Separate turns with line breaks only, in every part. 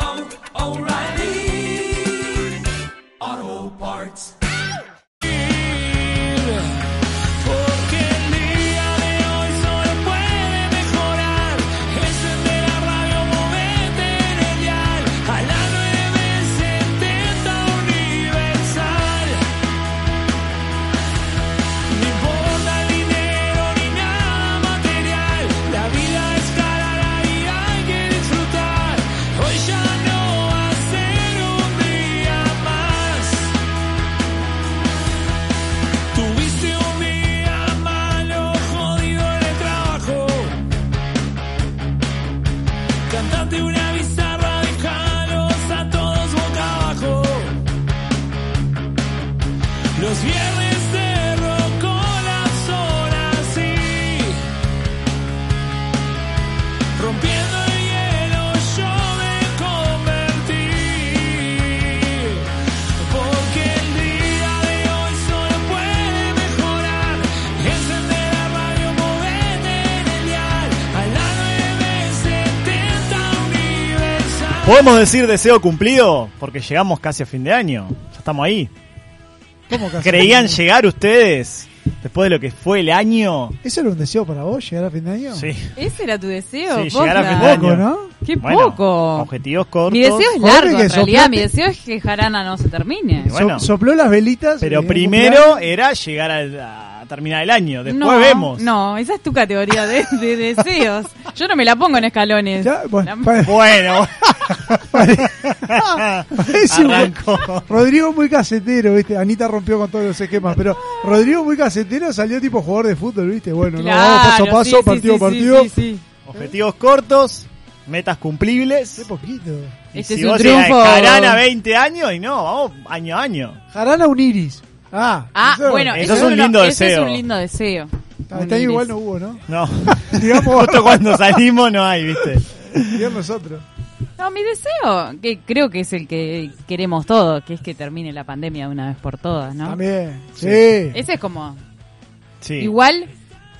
oh, O'Reilly. Auto parts. Porque el día de hoy solo puede mejorar. Encende la radio, movete en el dial. A la 970 Universal. No importa el dinero ni nada material, la vida es cara y hay que disfrutar. Hoy ya no va a ser un día más. Tuviste un día malo, jodido en el trabajo. Cantaste una bizarra, dejalos a todos boca abajo. Los viernes de rocola son así, rompiendo el hielo yo me convertí, porque el día de hoy solo puede mejorar. Encende la radio, movete en el dial, a la 970 universal.
¿Podemos decir deseo cumplido? Porque llegamos casi a fin de año. Ya estamos ahí.
¿Cómo casi?
¿Creían llegar ustedes después de lo que fue el año?
¿Eso era un deseo para vos, llegar a fin de año?
Sí.
¿Ese era tu deseo?
Sí,
Vos,
llegar a
la-
fin de año.
Poco, ¿no?
Qué
Bueno,
poco.
Objetivos cortos.
Mi deseo es
Joder,
largo,
que
en realidad.
soplaste.
Mi deseo es que Jarana no se termine.
Y bueno,
So- sopló las velitas.
pero
eh,
primero era llegar al- a, terminar el año. Después
no,
vemos.
No, esa es tu categoría de, de deseos. Yo no me la pongo en escalones.
Ya, bueno,
La- Ah,
pa-
Bueno,
parece un-
arrancó.
Rodrigo muy casetero, ¿viste? Anita rompió con todos los esquemas, pero Rodrigo muy casetero salió tipo jugador de fútbol, ¿viste? Bueno, no, vamos paso a
Claro,
paso,
sí, sí,
partido a
sí,
partido.
sí, sí, sí.
Objetivos cortos, metas
Qué
cumplibles.
poquito.
Y
Este
si
es un
vos llegás
triunfo.
a Jarana 20 años y no, vamos año a año.
Jarana un iris. Ah,
Ah,
eso-
bueno,
Eso
ese
es un
uno-
lindo
ese
deseo.
es un lindo deseo.
Este año igual no hubo, ¿no?
No.
Digamos,
Justo cuando salimos no hay, ¿viste?
digamos nosotros.
No, mi deseo, que creo que es el que queremos todos, que es que termine la pandemia de una vez por todas, ¿no?
También. Sí.
Ese es como,
Sí.
igual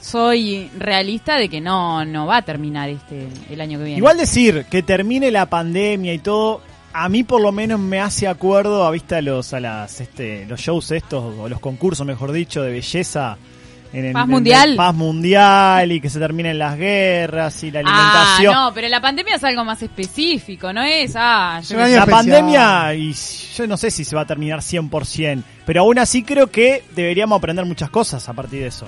soy realista de que no no va a terminar este el año que viene.
Igual decir que termine la pandemia y todo, a mí por lo menos me hace acuerdo a vista a los a las este los shows estos o los concursos, mejor dicho, de belleza en el
Paz
en el
mundial.
paz mundial y que se terminen las guerras y la
Ah,
alimentación.
no, pero la pandemia es algo más específico, ¿no es? Ah, yo
un
qué
año
La
especial.
pandemia, y yo no sé si se va a terminar 100%, pero aún así creo que deberíamos aprender muchas cosas a partir de eso.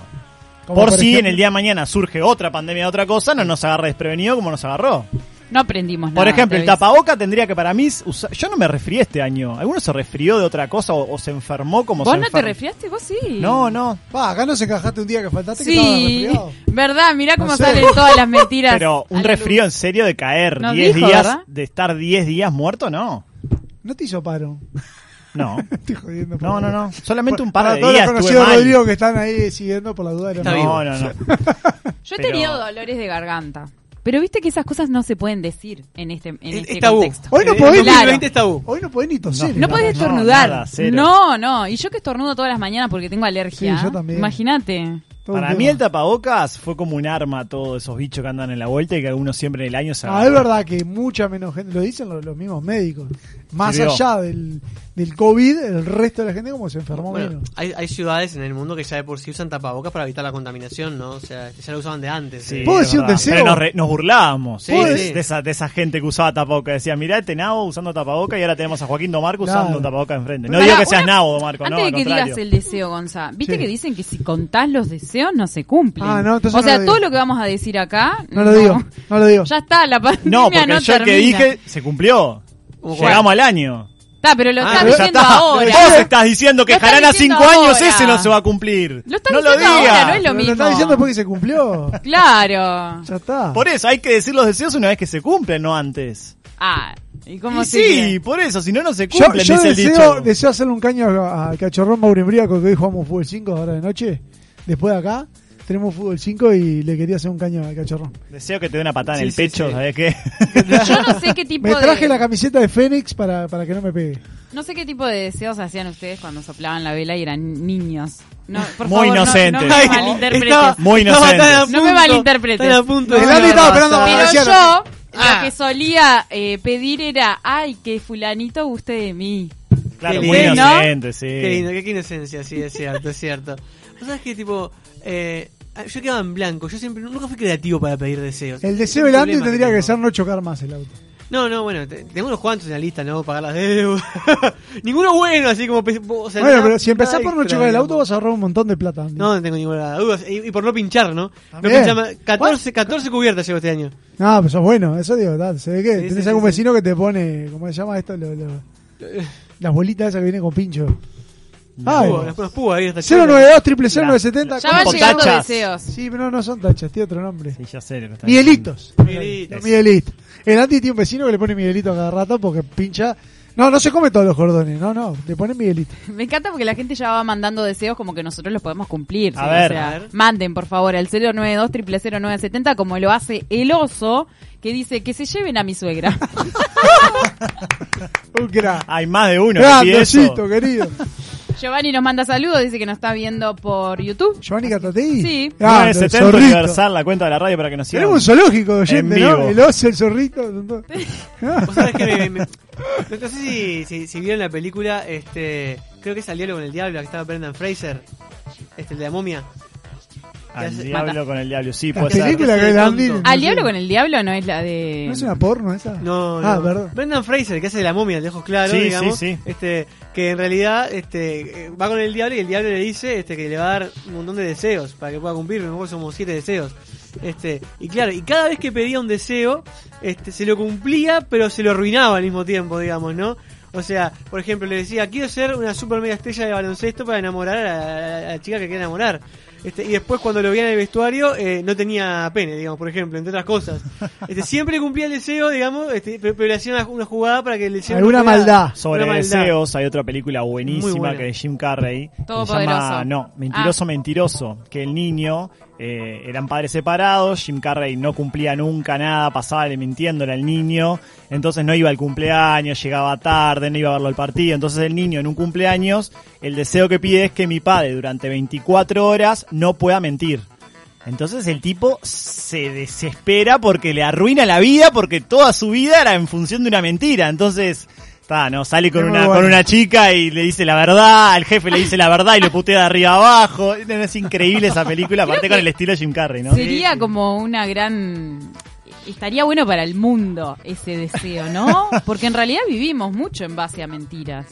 Por,
Como,
si en
ejemplo-
el día de mañana surge otra pandemia, otra cosa, no nos agarre desprevenido como nos agarró.
sé. no aprendimos nada.
Por ejemplo, el
otra vez.
tapaboca tendría que para mí usar... Yo no me resfrié este año. ¿Alguno se resfrió de otra cosa o, o se enfermó como
¿Vos
se
no te
enfer-
resfriaste? Vos sí.
No, no.
Pa, acá nos encajaste un día que faltaste que estabas
Sí,
resfriado.
verdad, mirá
No
cómo
sé.
salen todas las mentiras.
Pero
a
un
la
resfrío
luz.
en serio de caer
Nos
10
dijo,
días,
¿verdad?
de estar 10 días muerto, no.
No te hizo paro.
No.
Estoy jodiendo. por
No, no, no.
favor.
Solamente un par
Para
de
todos los
días estuve
conocidos de
mal.
Rodrigo que están ahí siguiendo por la duda de los
No, no, no.
Yo he
pero-
tenido dolores de garganta. Pero viste que esas cosas no se pueden decir en este, en
Es-
este
es tabú.
contexto.
Hoy no
Eh,
podés-
2020 es tabú.
Hoy no podés ni toser.
No
¿eh?
podés
No, nada,
estornudar.
cero.
No, no, Y yo que estornudo todas las mañanas porque tengo alergia.
Sí, yo también.
Imagínate.
Todo un
Para
tema.
mí el tapabocas fue como un arma a todos esos bichos que andan en la vuelta y que algunos siempre en el año se
Ah, es verdad que mucha menos gente, lo dicen los, los mismos médicos. Más
Sirvió.
allá del, del COVID, el resto de la gente como se enfermó
Bueno,
menos.
hay, hay ciudades en el mundo que ya de por sí usan tapabocas para evitar la contaminación, ¿no? O sea, que ya lo usaban de antes.
Sí,
eh.
¿Puedo
es
decir
verdad.
deseo?
Pero nos, re- nos burlábamos
Sí,
de,
sí.
de esa, de esa gente que usaba tapaboca. Decía, mirá este nabo usando tapaboca y ahora tenemos a Joaquín Domarco
Claro.
usando tapaboca enfrente. No
Pará,
digo que seas
una-
nabo, Domarco, no,
Antes de
al
que
contrario.
digas el deseo, Gonza, viste
Sí.
que dicen que si contás los deseos no se cumplen.
Ah, no, entonces
o
no
sea,
lo digo.
todo lo que vamos a decir acá.
No lo digo, no lo digo.
Ya está, la pandemia
No,
no,
porque yo el
termina.
que dije se cumplió.
Como
Llegamos al año.
Está, pero lo
Ah,
estás
pero
ya
diciendo
está.
ahora.
Vos estás diciendo que
Lo estás
Jarana
diciendo
5 años
ahora.
ese no se va a cumplir.
Lo estás
no lo
diciendo
digas.
ahora, no es
Pero
lo
lo
mismo.
está diciendo porque se cumplió.
Claro.
ya está.
Por eso hay que decir los deseos una vez que se cumplen, no antes.
Ah, ¿y cómo
Y
se
sí,
quiere?
por eso, si no, no se
yo
cumplen,
yo
dice el
deseo,
dicho.
deseo hacerle un caño a- al cachorrón Mauro Embriaco que hoy jugamos Fútbol 5 ahora de noche, después de acá. extremo fútbol 5 y le quería hacer un caño al cachorrón.
Deseo que te dé una patada
Sí,
en el
sí,
pecho,
sí.
¿sabes qué?
Yo no sé qué tipo
Me traje
de
la camiseta de Fénix para, para que no me pegue.
no sé qué tipo de deseos hacían ustedes cuando soplaban la vela y eran niños. No, por
Muy
favor, no-
inocentes.
No,
Ay,
me malinterpretes.
Estaba-
Muy
estaba tan
inocentes.
a punto,
No me malinterpretes.
tan a punto de
El Andy estaba
agarrar.
esperando-
Pero
decían-
yo
Ah.
lo que solía eh, pedir era, ay, que fulanito guste de mí.
Claro,
Qué
muy
lindo.
inocente, sí.
Qué lindo, qué, qué inocencia, sí, es cierto, es cierto. ¿Vos sabés que tipo, eh, yo quedaba en blanco, yo siempre nunca fui creativo para pedir deseos.
El
Es
deseo
un
del Andy
problema
tendría que
tengo.
ser no chocar más el auto.
No, no, bueno, te- tengo unos cuantos en la lista, ¿no? Pagar las deudas. Ninguno bueno, así como... pe- o sea,
Bueno,
nada-
pero si empezás
nada
por no
extra,
chocar el
digamos.
auto vas a ahorrar un montón de plata, Andy.
No, no tengo ninguna duda. Y, y por no pinchar, ¿no? No
También.
pinchar más. 14, 14 cubiertas llevo este año.
No, pero sos bueno, eso digo, da, se ve que
Sí,
tenés
sí,
algún
sí,
vecino que te pone, ¿cómo se llama esto? Lo- lo- las bolitas esas que vienen con pincho. Ah,
Púa, Las unas púas ahí hasta
092 triple
Ya van
Con
llegando
tachas.
deseos.
Sí, pero no, no son tachas, tiene otro nombre.
Sí, ya sé lo que está
Miguelitos.
Miguelito.
Los Miguelitos. El Andy tiene un vecino que le pone Miguelito a cada rato porque pincha. No, no se come todos los cordones, no, no, le pone Miguelito.
Me encanta porque la gente ya va mandando deseos como que nosotros los podemos cumplir.
A
¿sí?
ver.
O sea,
A ver.
manden por favor al 092 0970 como lo hace el oso que dice que se lleven a mi suegra.
Un gran.
Hay más de uno que pide eso.
Grandecito, querido.
Giovanni nos manda saludos, dice que nos está viendo por YouTube.
Giovanni Ah, Catatei.
Sí.
No,
Grande,
es
el
70
zorrito.
universal la cuenta de la radio para que nos sigan.
Tenemos un zoológico de oyente,
En
¿no?
vivo.
El oso, el zorrito. ¿Ah? todo.
Vos sabés que me- me- no, no sé si, si, si vieron la película, este, creo que es Al Diablo con el Diablo, que estaba Brendan Fraser, este, el de la momia.
Al
Mata.
diablo con el diablo, sí,
La
puede ser.
película que
Ese
el Andy.
tonto.
Al diablo con el diablo no es la de...
¿No es una porno esa?
No,
Ah,
no.
perdón.
Brendan Fraser, que hace de la momia, de ojos claros,
Sí, sí,
digamos.
sí.
Este, que en realidad este, eh, va con el diablo y el diablo le dice este, que le va a dar un montón de deseos para que pueda cumplir. Mejor somos siete deseos. Este, y claro, y cada vez que pedía un deseo, este, se lo cumplía, pero se lo arruinaba al mismo tiempo, digamos, ¿no? O sea, por ejemplo, le decía, quiero ser una super mega estrella de baloncesto para enamorar a la, a la chica que quiere enamorar. Este, y después cuando lo veía en el vestuario, eh, no tenía pene, digamos, por ejemplo, entre otras cosas. Este, siempre cumplía el deseo, digamos, este, pero, pero le hacía una, una jugada para que le hicieran
Alguna
una jugada.
maldad.
Sobre
Una maldad.
deseos, hay otra película
Muy
buenísima
buena. Ah.
que es de Jim Carrey.
Todo
se llama,
Poderoso.
No, Mentiroso, Mentiroso. Que el niño eh, eran padres separados. Jim Carrey no cumplía nunca nada, pasaba le mintiéndole al niño. Entonces no iba al cumpleaños, llegaba tarde, no iba a verlo al partido. Entonces el niño en un cumpleaños, el deseo que pide es que mi padre durante 24 horas no pueda mentir. Entonces el tipo se desespera porque le arruina la vida, porque toda su vida era en función de una mentira. Entonces, está, no, sale con
Es muy
una,
bueno.
con una chica y le dice la verdad, al jefe le dice la verdad y lo putea de arriba abajo. Es increíble esa película, aparte con el estilo Jim Carrey, ¿no?
Sería como una gran... Estaría bueno para el mundo ese deseo, ¿no? Porque en realidad vivimos mucho en base a mentiras.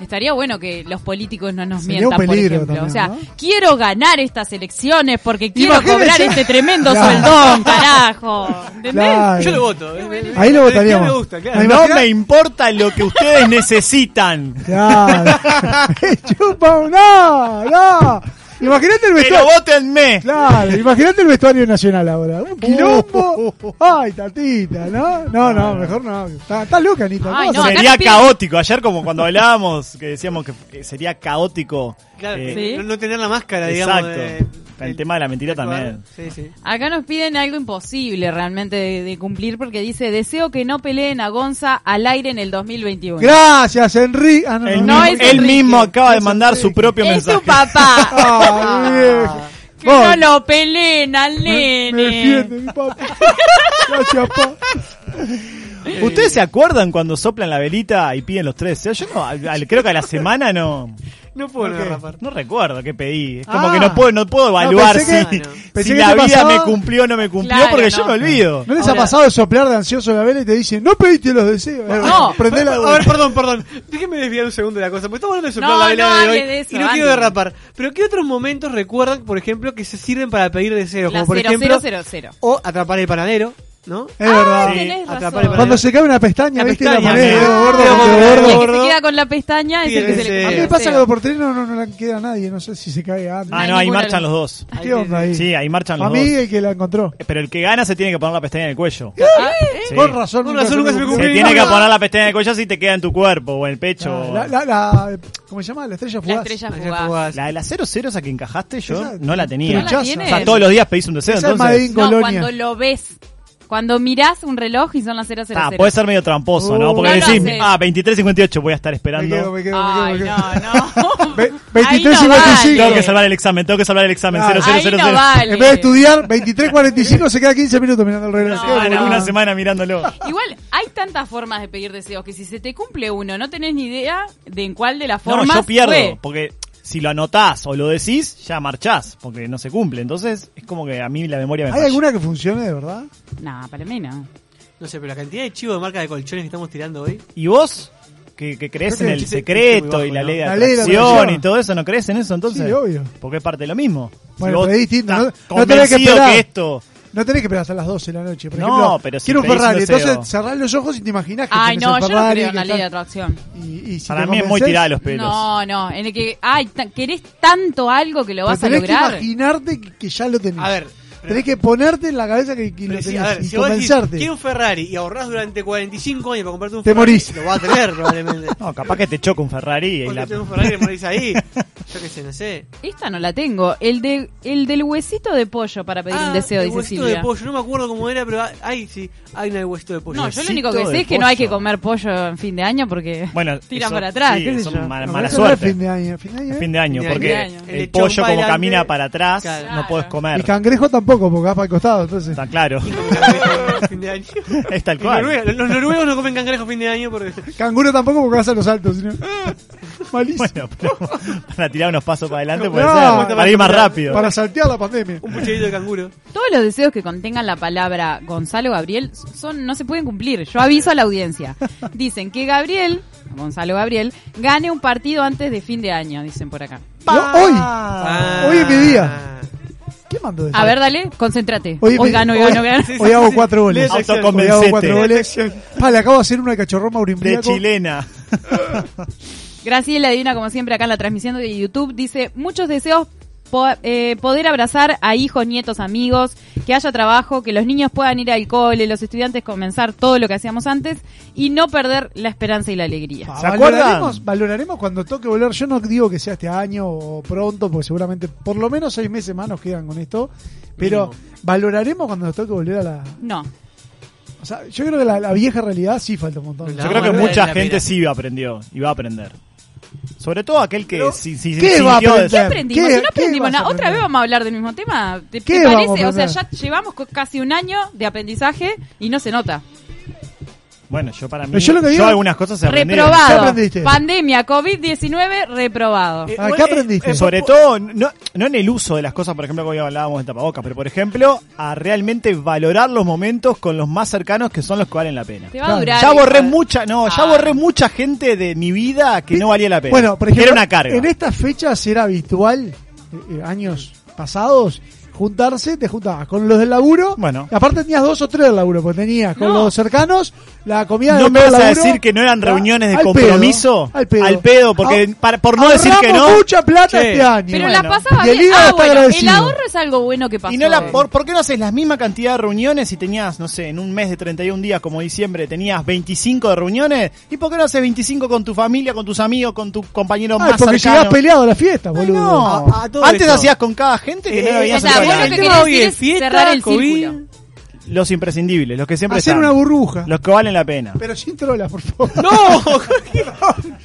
Estaría bueno que los políticos no nos
Sería
mientan,
un
por
peligro
ejemplo. o sea,
también, ¿no?
quiero ganar estas elecciones porque quiero
Imagínense-
cobrar este tremendo
Claro.
sueldón, carajo. ¿Entendés?
Claro.
Yo lo voto.
Ahí lo votaríamos.
Me gusta, claro.
Ahí
No
¿Imagina?
me importa lo que ustedes necesitan.
Claro. Ah, Chupa, un- no, no. Imagínate el
Pero
vestuario.
votenme.
Claro, imagínate el vestuario nacional ahora.
Uh.
Un quilombo. Ay, tatita, ¿no? No, no, mejor no. Estás está loca, Anita. ¿Cómo
Ay,
vas a-
no, acá
sería
nos piden-
caótico. Ayer como cuando hablábamos que decíamos que eh, sería caótico.
Claro,
eh,
Sí.
no, no tener la máscara, digamos.
Exacto. el, tema de la mentira también.
Sí, sí.
Acá nos piden algo imposible realmente de, de cumplir porque dice, deseo que no peleen a Gonza al aire en el 2021.
Gracias, Enrique. Ah, no,
Él,
No,
mismo,
Enrique.
es
él
Enrique.
mismo acaba de
Es
mandar su
Enrique.
propio
es tu
mensaje.
papá.
Ah, viejo.
que no lo peleen al
Me,
nene.
me defiende, mi papá. Gracias, papá.
¿Ustedes se acuerdan cuando soplan la velita y piden los tres deseos? Yo no, al- al- creo que a la semana no,
No puedo no
Ok.
rapar.
no recuerdo qué pedí. Es como
Ah.
que no puedo, no puedo evaluar
pensé
si,
que-
si
pensé que
la
te
vida
pasaba.
me cumplió o no me cumplió,
Claro,
porque
no.
yo me olvido.
¿No les
Ahora-
ha pasado de soplar de ansioso la vela y te dicen, no pediste los deseos?
No.
prendé la
A ver, perdón, perdón. Déjeme desviar un segundo de la cosa, porque estamos hablando de soplar
No,
la vela
no
de hoy.
hable de eso,
y no
Andy.
quiero derrapar. Pero ¿qué otros momentos recuerdan, por ejemplo, que se sirven para pedir deseos?
La
Como por
0000.
ejemplo, o atrapar el panadero. ¿no?
Es verdad.
Sí. Ah, tenés
Atrapar
razón.
el paralelo.
Cuando se cae una pestaña,
La
viste,
pestaña,
la ponés,
sí.
dedo gordo,
Dedo
dedo
gordo,
gordo.
El que
gordo.
se queda con la pestaña es el que se le
Tiene
A mí
come
me
el
pasa que
deseo.
los porteros no, no, no le queda a nadie, no sé si se cae antes.
Ah,
hay
no, ahí
ninguna-
marchan los dos.
Ahí
¿Qué onda ahí?
Sí, ahí marchan
a
los
mí
dos.
el que la encontró.
Pero el que gana se tiene que poner la pestaña en el cuello. Sí.
Ah, eh, Con razón.
Con razón nunca se me
Se
cumplió.
tiene que poner la pestaña en el cuello si te queda en tu cuerpo o en el pecho.
Ah,
o-
La, la, la- ¿Cómo se llama? La estrella
La
fugaz.
estrella
Ayer
fugaz.
jugás.
La de las 0 cero esa que encajaste yo
Esa-
no la tenía.
¿No la
o
tienes?
sea, todos los días pedís un deseo,
Esa es
entonces. Ah,
Madrid.
No,
Colonia.
cuando lo ves. Cuando mirás un reloj y son las 000.
Ah, puede ser medio tramposo, ¿no?
Uh,
Porque
no lo
decís,
haces.
ah, 23.58 voy a estar
Me
esperando.
quedo, me quedo, me
Ay,
quedo.
no,
me quedo.
no.
Ve-
Ahí no
23.55.
Tengo
vale.
que salvar el examen, tengo que salvar el examen.
Ah.
0,
Ahí no vale.
En vez de estudiar, 23.45 se queda 15 minutos mirando el reloj.
No,
Qué
no.
boludo.
Una semana mirándolo.
Igual hay tantas formas de pedir deseos que si se te cumple uno, no tenés ni idea de en cuál de las
No,
formas.
yo pierdo,
fue.
porque si lo anotás o lo decís, ya marchás, porque no se cumple. Entonces, es como que a mí la memoria me
¿Hay
falla.
alguna que funcione de verdad?
No, para mí no.
No sé, pero la cantidad de chivos de marca de colchones que estamos tirando hoy.
¿Y vos? Que, que crees en
Creo que
el
chiste-
secreto
chiste muy
y la
bajo,
ley de
¿no? La ley de la
atracción y
atracción.
todo eso, ¿no crees en eso entonces?
Sí, obvio.
Porque es parte de lo mismo.
Bueno,
vos
pero es distinto,
estás
no- no tenés que
convencido
esperar.
que esto...
No tenés que esperar hasta las 12 de la noche. Por
Oh. No,
ejemplo,
pero si
Quiero un
pedís un
Ferrari.
deseo.
Entonces cerrás los ojos y te imaginás que
Ay,
tenés
no,
el
yo no
Ferrari,
creo en
que
la ley de
tal.
atracción.
Y- y si
Para
te
mí es muy
convencés,
tirada los pelos.
No, no, en el que ay, ta- querés tanto algo que lo
pero
vas a
tenés
lograr.
que imaginarte que, que ya lo tenés.
A ver. pero-
Tenés que ponerte en la cabeza que, que
pero
lo tenés
si- a ver,
y
si vos decís,
convencerte.
quiero un Ferrari y ahorrás durante 45 años para comprarte un
Te
Ferrari,
morís.
Lo vas a tener probablemente.
No, capaz que te choca un Ferrari y
Vos
la...
te tenés un Ferrari y te morís ahí. Yo qué sé, no sé.
Esta no la tengo. El, de, el del huesito de pollo para pedir
Ah,
un deseo,
el
dice
huesito
Silvia.
de pollo. No me acuerdo cómo era, pero ay, sí, hay una de huesito de pollo.
No, yo
Huesito
lo único que
de
sé es que no hay que
pollo.
comer pollo en fin de año porque
Bueno,
tira
eso-
para atrás.
sí,
qué sé
eso
yo.
es mala,
No,
mala
eso no es
suerte.
fin de año. Fin de año,
A
¿eh?
fin de año,
Fin de
porque
año.
el,
El lechón
pollo como
bailante.
camina para atrás,
Claro.
no puedes
Y
comer.
cangrejo tampoco, porque vas para el costado. Entonces.
Está claro.
fin de año.
es tal
En Noruega,
cual.
los, los noruegos no comen cangrejo fin de año porque
Canguro tampoco, porque vas a los altos. sino- Malísimo.
Bueno, pero para tirar unos pasos para adelante puede
No,
ser. Para ir más rápido.
Para saltear la pandemia.
un pucherito de canguro.
Todos los deseos que contengan la palabra Gonzalo Gabriel son no se pueden cumplir. Yo aviso a la audiencia. Dicen que Gabriel, Gonzalo Gabriel, gane un partido antes de fin de año, dicen por acá.
No, hoy. Hoy es mi
Ah.
día. ¿Qué mando de
A ver, dale, concéntrate.
Hoy
Hoy,
me-
gano, hoy
hoy-
gano, gano.
Sí, sí,
Hoy
sí,
hago
sí.
cuatro goles.
Lee sección.
Hoy hago cuatro
Autoconvencete.
goles. Pa, le acabo de hacer una cachorrón
De
maurimbriaco.
chilena.
Graciela Divina, como siempre, acá en la transmisión de YouTube, dice muchos deseos. po- eh, poder abrazar a hijos, nietos, amigos, que haya trabajo, que los niños puedan ir al cole, los estudiantes comenzar todo lo que hacíamos antes y no perder la esperanza y la alegría.
Ah,
¿Se acuerdan?
valoraremos, valoraremos cuando toque volver. Yo no digo que sea este año o pronto, porque seguramente por lo menos seis meses más nos quedan con esto. Pero valoraremos cuando nos toque volver a la.
No,
O sea, yo creo que la, la vieja realidad sí falta un montón.
Ah,
Claro.
Yo creo que
Vale
mucha
la
gente
pena.
sí aprendió y va a aprender. Sobre todo aquel que si, si,
¿qué va a
sintió-
¿Qué
aprender?
aprendimos?
¿Qué-
Si no
qué
aprendimos
vas a
nada, otra
aprender?
vez vamos a hablar del mismo tema. ¿Te, te
¿Qué vamos a
parece? O sea,
aprender?
ya llevamos co- casi un año de aprendizaje y no se nota.
Bueno, yo para mí.
Pero yo
Yo,
lo que digo-
algunas cosas se aprendí.
¿Qué
Reprobado.
aprendiste?
Pandemia, COVID-19, reprobado.
Eh,
Ah,
hoy-
¿qué aprendiste?
eh,
Sobre todo, no, no en el uso de las cosas, por ejemplo, que hoy hablábamos de tapabocas, pero por ejemplo, a realmente valorar los momentos con los más cercanos que son los que valen la pena.
Te va a
claro.
durar.
Ya borré
igual.
mucha, no, ya
Ah.
borré mucha gente de mi vida que no valía la pena.
Bueno, por
Que
ejemplo,
era una carga.
en estas fechas era habitual, eh, eh, años pasados, juntarse, te juntabas con los del laburo.
Bueno.
y Aparte tenías dos o tres del laburo, pues tenías con
No.
los cercanos, la comida
No
del
me
otro
vas a
laburo.
decir que no eran
Ah,
reuniones de
al pedo,
compromiso.
al pedo.
Al pedo, porque
Ah,
para- por no decir que
ahorramos
no.
mucha plata
Che,
este año.
Pero
bueno.
la pasaba
Y el
bien.
hígado
Ah,
está
bueno, el
agradecido.
ahorro es algo bueno que pasó.
Y no la, por, ¿por qué no haces la misma cantidad de reuniones si tenías, no sé, en un mes de 31 días como diciembre tenías 25 de reuniones? ¿Y por qué no haces 25 con tu familia, con tus amigos, con tus compañeros
Ay,
más
porque Ah, llegás
cercanos?
peleado a la fiesta,
Ay,
boludo.
no.
A- a todo
Antes
esto.
hacías con cada gente que no la
eh,
veías
o sea,
en
vos
todo
lo
el
que
año.
querés decir es cerrar el círculo.
Los imprescindibles, los que siempre
Hacer
están.
una burbuja.
Los que valen la pena.
Pero sin trolas, por favor.
¡No!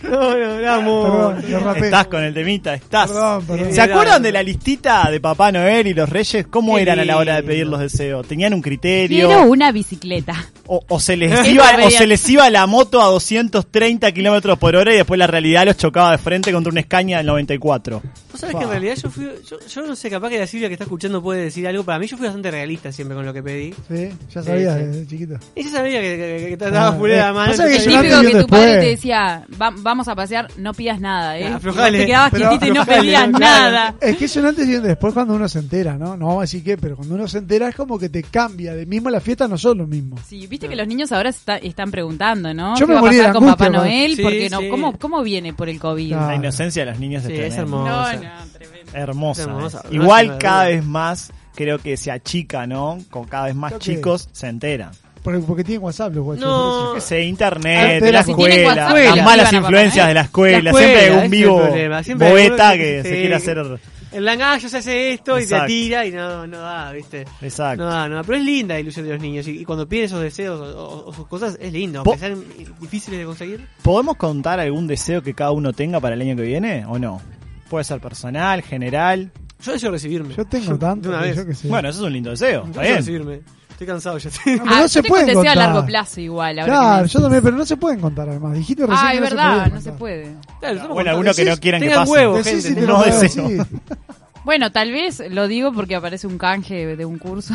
no, no, no, amor.
Perdón, lo rapé.
Estás con el temita, estás.
Perdón, perdón.
¿Se acuerdan de la listita de Papá Noel y los Reyes? ¿Cómo
Qué
eran a la hora de
lindo.
pedir los deseos? ¿Tenían un criterio?
Quiero una bicicleta.
O, o se les
Eso
iba, o
veía.
se les iba la moto a 230 kilómetros por hora y después la realidad los chocaba de frente contra una escaña del 94.
¿Vos sabés que en realidad yo fui. Yo, yo no sé, capaz que la Silvia que está escuchando puede decir algo. Para mí, yo fui bastante realista siempre con lo que pedí.
Sí, ya sabías
Sí, sí.
eh,
desde chiquito.
Ella sabía que, que, que
Ah,
estaba full de la
eh,
mano.
pasa que
entonces-
Es
yo no-
típico
antes y
que
un
tu padre
después.
te decía, "Va- vamos a pasear, no pidas nada, ¿eh?
Ah, aflojale.
Y te quedabas
Pero
quietito y no
aflojale,
pedías
claro.
nada.
Es que es un antes y un después cuando uno se entera, ¿no? No vamos a decir qué, pero cuando uno se entera es como que te cambia. De mismo la fiesta no son los mismos.
Sí, viste que los niños ahora está- están preguntando, ¿no?
Yo
¿Qué
me
va a
morí de
pasar con
angustia,
Papá
man.
Noel?
Sí,
Porque no,
sí.
¿cómo, ¿cómo viene por el COVID?
Ah,
La inocencia de los niños
Sí,
es,
es
tremenda.
No,
hermosa.
no, tremendo.
hermosa.
Es hermosa,
es.
no se
Igual
me
cada
duda.
vez más creo que se achica, ¿no? Con cada vez más
Creo que-
chicos se enteran.
Porque, porque tienen WhatsApp los guachos.
No.
por
Que
eso.
se
Ah,
internet, de
pero
la
si
tienen
escuela,
WhatsApp,
las
la
malas
llevan a
influencias
papá,
de la escuela,
La
siempre
escuela,
hay un
ese
vivo
es el problema, siempre hay
boeta
uno que
que
se-
se quiere hacer
El langayo se hace esto y
Exacto.
te tira y no, no da, Ah, ¿viste?
Exacto.
No da, no da. Pero es linda la ilusión de los niños. Y, y cuando piden esos deseos o, o- o sus cosas, es lindo.
Po-
Aunque sean difíciles de conseguir.
¿Podemos contar algún deseo que cada uno tenga para el año que viene o no? Puede ser personal, general.
Yo deseo recibirme.
Yo tengo tanto.
De una
que
vez.
yo qué sé.
Bueno, eso es un lindo deseo. Ah,
Yo
Está
deseo
bien.
recibirme. Estoy cansado ya.
Ah,
No, pero no se
tengo un
pueden
deseo
contar.
a largo plazo igual. ahora que
Claro,
me-
yo también, pero no se pueden contar además. Dijiste recién
Ah,
que
es
no
verdad,
se
no se puede.
Bueno, alguno que no
Decís,
quieran que
tengan
pase.
huevo.
Decís
gente,
si te
no
lo puedo
deseo.
decir.
Bueno, tal vez lo digo porque aparece un canje de un curso.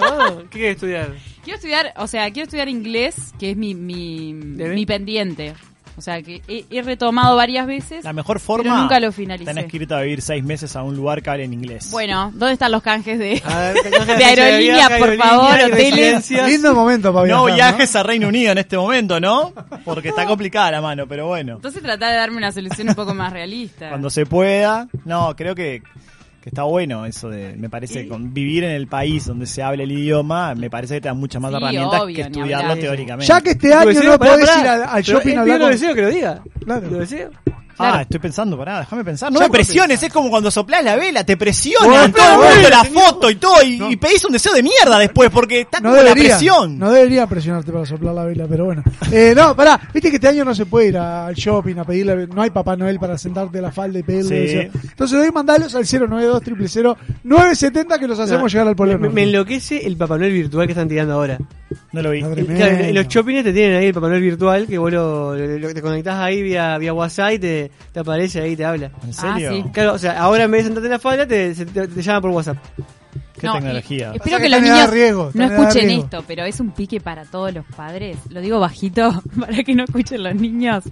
Ah, ¿Qué querés estudiar?
quiero estudiar, o sea, quiero estudiar inglés, que es mi, mi,
¿Debe?
mi pendiente. O sea, que he, he retomado varias veces.
La mejor forma.
nunca lo finalicé.
Tenés que irte a vivir seis meses a un lugar que hable en inglés.
Bueno, ¿dónde están los canjes de...?
A ver, te coges la
De
fecha
aerolínea,
viaje,
por favor,
y
hoteles.
residencias.
Lindo momento para
no
viajar,
viajes a Reino Unido en este momento, ¿no? Porque está complicada la mano, pero bueno.
Entonces tratá de darme una solución un poco más realista.
Cuando se pueda. No, creo que, que está bueno eso de. Me parece, con vivir en el país donde se habla el idioma, me parece que te dan muchas más
Sí,
herramientas
obvio,
que
ni
estudiarlo
hablar.
teóricamente.
Ya que este
Tu
año
deseo,
no
pará,
podés
pará.
ir al, al
Pero
shopping
él pidió
a hablar
lo
con-
deseo que lo diga.
Claro.
Lo deseo.
Ah, estoy pensando, pará, déjame pensar. No
Ya,
me presiones, es como cuando soplás la vela, te presionan
Bueno,
todo el
bueno,
mundo la
señor.
foto y todo, y, y pedís un deseo de mierda después, porque está
No
como la
debería,
presión.
no debería presionarte para soplar la vela, pero bueno. Eh, no, pará, viste que este año no se puede ir al shopping a pedirle, no hay Papá Noel para sentarte a la falda y pedirle
Sí.
deseo. Entonces hoy mandalos al 092 000 970 que los hacemos
No,
llegar al polo
Me,
Norte.
me enloquece el Papá Noel virtual que están tirando ahora.
No lo vi.
Madre
El-
Tremendo.
claro, en los shoppings te tienen ahí el Papá Noel virtual que vos lo, lo- lo- te conectás ahí vía, vía WhatsApp y te, te aparece ahí y te habla.
¿En
Ah,
serio?
sí.
Claro, o sea, ahora en vez de sentarte en la falda te, se- te- te llaman por WhatsApp.
Qué
No,
tecnología.
y- Espero
Pasa
que,
que
los
también da
niños
riesgo,
no
también da
escuchen
riesgo.
esto, pero es un pique para todos los padres. Lo digo bajito para que no escuchen los niños.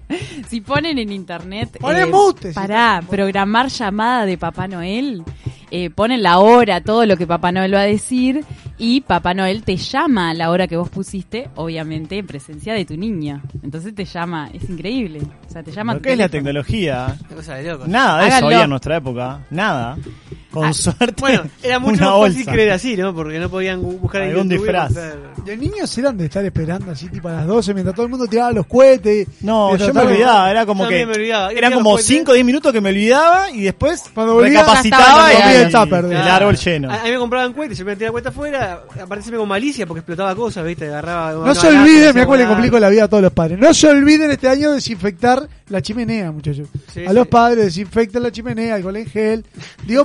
Si ponen en internet
Eh,
eh,
Poné mute, si
para programar llamada de Papá Noel, eh, ponen la hora, todo lo que Papá Noel va a decir y Papá Noel te llama a la hora que vos pusiste, obviamente en presencia de tu niño. Entonces te llama, es increíble. O sea, te llama. a
Lo
tu
que es la
teléfono.
tecnología.
Una cosa de loco.
Nada de eso
Háganlo.
había en nuestra época. Nada. Con
Ah,
suerte.
Bueno, era mucho
una
más fácil
bolsa.
creer así, ¿no? Porque no podían bu- buscar en
Algún
YouTube y
disfraz.
buscar-
Los niños eran de estar esperando así tipo a las 12 mientras todo el mundo tiraba los cohetes. Eh,
No,
Mientras
yo me
todo-
olvidaba, era como
Yo
que
también me olvidaba.
eran
Mirá,
como
después-
5 o 10 minutos que me olvidaba y después
Cuando volvía,
recapacitaba
ya estaba
y
en el tupper.
el
Claro.
árbol lleno.
A, a mí me compraban cohetes, yo me tiraba cuenta afuera, aparte siempre con malicia porque explotaba cosas, ¿viste? Agarraba.
No
agarraba
se
latas,
olviden,
hacía
mirá cómo le
volar.
complico la vida a todos los padres. No se olviden este año desinfectar la chimenea, muchachos.
Sí,
a los
sí.
padres desinfectan la chimenea, alcohol en gel. Digo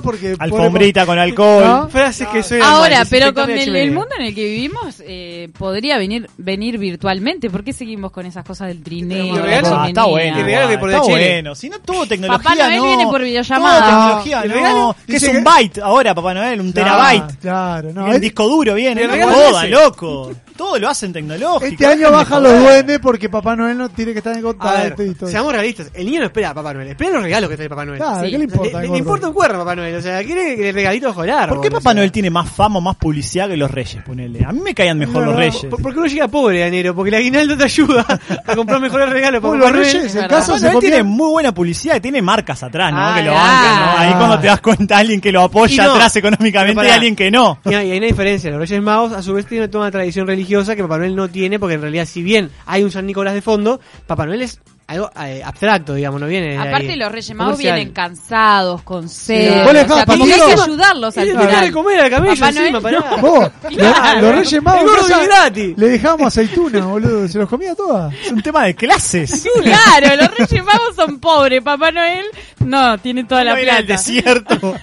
porque.
Alfombrita con alcohol.
¿No?
Frases que suenan.
Ahora,
mal,
pero
desinfectame
con
la
el,
chimenea.
el mundo en el que vivimos, eh, podría venir venir virtualmente. ¿Por qué seguimos con esas cosas del trineo?
Y
de la
regalo-
chimenea?
Ah, está bueno.
Y regalo que por
está
el chile.
bueno. Si no todo tecnología,
Papá Noel
no.
viene por videollamada.
Todo tecnología,
¿El
no.
regalo?
Que es
Dice
un
que-
byte ahora, Papá Noel, un
Claro,
terabyte.
Claro, no. este
Viene
es-
el disco duro viene.
¿El
No
regalo
joda,
ese?
loco. Todo lo hacen tecnológico.
Este año
déjenme
bajan los
joder.
duendes porque Papá Noel no tiene que estar en
A
contacto y
ver,
todo.
seamos realistas, el niño no espera a Papá Noel, espera los regalos que trae Papá Noel.
Claro,
Sí.
¿qué le
O sea,
importa?
le,
al
le
gordo?
importa un cuerno a Papá Noel, o sea, quiere que el regalito bajo el árbol.
¿Por qué
o
Papá
sea.
Noel tiene más fama, más publicidad que los reyes? Ponele. A mí me caían mejor
No,
los
no,
reyes.
¿Por, por qué uno llega pobre a enero? Porque el aguinaldo te ayuda a comprar mejores regalos para
Uy,
Papá
los
Noel.
reyes en
verdad.
casa
Papá
se
Noel tiene
comían.
muy buena publicidad, tiene marcas atrás, ¿no?
Ah,
que lo
claro.
bancan, ¿no? Ahí
Ah.
cuando te das cuenta, alguien que lo
Y
apoya
no.
atrás económicamente
Pero
y
pará.
alguien que no.
Y hay hay una diferencia, los Reyes Magos a su vez tienen toda una tradición religiosa que Papá Noel no tiene, porque en realidad si bien hay un San Nicolás de fondo, Papá Noel es algo eh, abstracto, digamos, no viene de
Aparte,
ahí.
los Reyes Magos
Comercial.
vienen cansados, con sed.
Vos le
o sea,
dejás
como que hay que
papito.
ayudarlos al
Y le dejás de
final.
comer al camello
Papá
encima,
Noel,
pará.
no.
Vos,
Claro.
los Reyes Magos
El gordo
en casa,
es gratis.
le dejábamos aceituna, boludo. Se los comía todas.
Es un tema de clases.
Claro, los Reyes Magos son pobres. Papá Noel, no, tiene toda la
Uno viene al
plata.
desierto.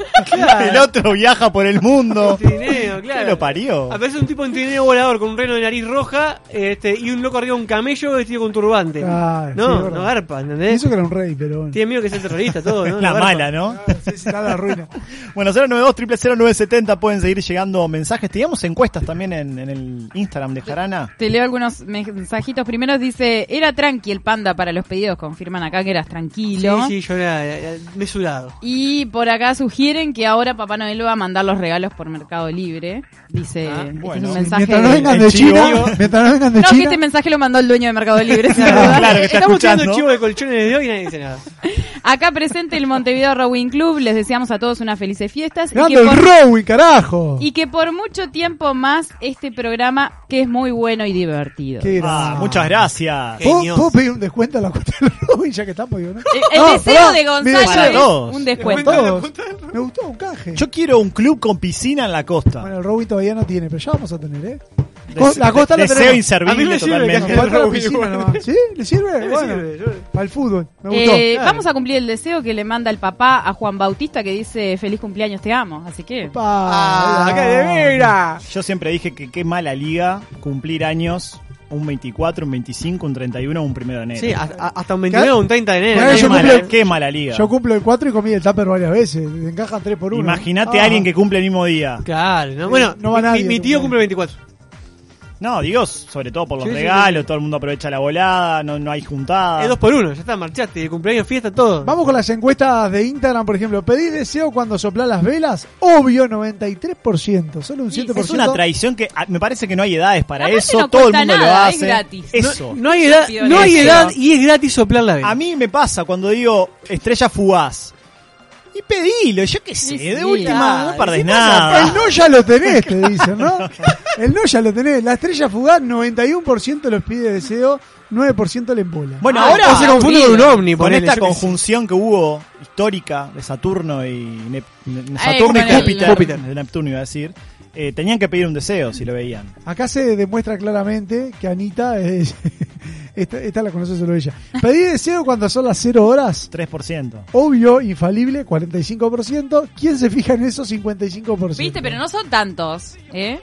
El otro viaja por el mundo.
Trineo, claro.
que lo parió.
Aparece un tipo en trineo volador con un reno de nariz roja este, y un loco arriba de un camello vestido con turbante.
Ah, sí, es
no,
verdad.
no garpa, ¿entendés?
Eso que era un rey, pero bueno.
Tiene miedo que sea terrorista, todo, ¿no?
La
No garpa.
mala, ¿no?
Ah, sí, sí, está la ruina.
Bueno, 092 0970 pueden seguir llegando mensajes. Teníamos encuestas también en, en el Instagram de Jarana.
Te leo algunos mensajitos. Primero dice, era tranqui el panda para los pedidos. Confirman acá que eras tranquilo.
Sí, sí, yo era, era mesurado.
Y por acá sugieren que ahora Papá Noel va a mandar los regalos por Mercado Libre. Dice,
Ah,
este
bueno.
es un
Sí,
mensaje...
Mientras no
el-
vengan
el
de
chivo.
China, mientras no vengan de
No, que
China.
este mensaje lo mandó el dueño de Mercado Libre. ¿sí?
Claro, que está
Estamos tirando
escuchando.
chivo de colchones de hoy y nadie dice nada.
Acá presente el Montevideo Rowing Club. Les deseamos a todos unas felices fiestas. Y
Grande
que,
el
por,
Rowi, carajo.
y que por mucho tiempo más este programa que es muy bueno y divertido.
Qué
Ah,
grande.
muchas gracias.
Qué-
¿Puedo,
genio.
puedo pedir un descuento a la cuenta del Rowi ya que estamos? Digo, ¿no?
El, el
No,
deseo
perdón,
de
mire,
Ah, para
Gonzalo
todos.
es un descuento.
para todos. Me gustó un canje.
Yo quiero un club con piscina en la
Bueno,
costa.
el Rowi todavía no tiene, pero ya vamos a tener, ¿eh?
Dese-
Co- la costa la
deseo
tenemos.
A mí
inservible
me sirve
Nos
que
totalmente.
haya-
falta la
Rowi,
piscina
bueno.
nomás. ¿Sí? ¿Le sirve? Bueno,
sirve, yo-
para el fútbol. Me gustó.
Eh,
claro.
Vamos a cumplir el deseo que le manda el papá a Juan Bautista que dice feliz cumpleaños, te amo. Así que...
Pa-
¡Ah, qué de mira!
Yo siempre dije que qué mala liga cumplir años un 24, un 25, un 31, un 1 de enero.
Sí, a- a- hasta un 29 un 30 de enero.
Claro,
Qué
qué,
yo
mala.
mala,
cumplo-
qué mala liga.
Yo cumplo el 4 y comí el tupper varias veces. Te encajan 3 por Ah. 1.
Imagínate a alguien que cumple el mismo día.
Claro, ¿no? Bueno,
No va
mi-
nadie,
mi, tío cumple 24.
No, digo, sobre todo por los
Sí, sí,
regalos, todo el mundo aprovecha la volada, no, no hay juntada.
Es dos por uno, ya está, marchaste, cumpleaños, fiesta, todo.
Vamos con las encuestas de Instagram, por ejemplo. ¿Pedís deseo cuando soplás las velas? Obvio, 93%. Solo un 7%.
Es una traición que ah, me parece que no hay edades para
Aparte
eso,
no
todo el
cuesta
mundo lo
nada,
hace.
es gratis.
Eso.
No hay edad,
pido
no hay
deseo.
edad y es gratis soplar la vela.
A mí me pasa cuando digo estrella fugaz. Y pedilo, yo qué sé,
Sí,
de
sí,
última,
ah,
no perdés
sí
nada.
El no ya lo tenés, te dicen, ¿no? El no ya lo tenés. La estrella fugaz, 91% los pide deseo, 9% le embola.
Bueno,
Ah,
ahora
entonces se confunde con un ovni,
con
ponele,
esta
yo qué sé.
conjunción que hubo histórica de Saturno y Nep- ne- Saturno
con
y
el-
Júpiter,
Júpiter.
de Neptuno iba a decir, eh, tenían que pedir un deseo si lo veían.
Acá se demuestra claramente que Anita es... esta, esta la conoce solo ella. Pedí deseo cuando son las 0 horas.
3%.
Obvio, infalible, 45%. ¿Quién se fija en eso? 55%.
Viste, pero no son tantos, ¿eh?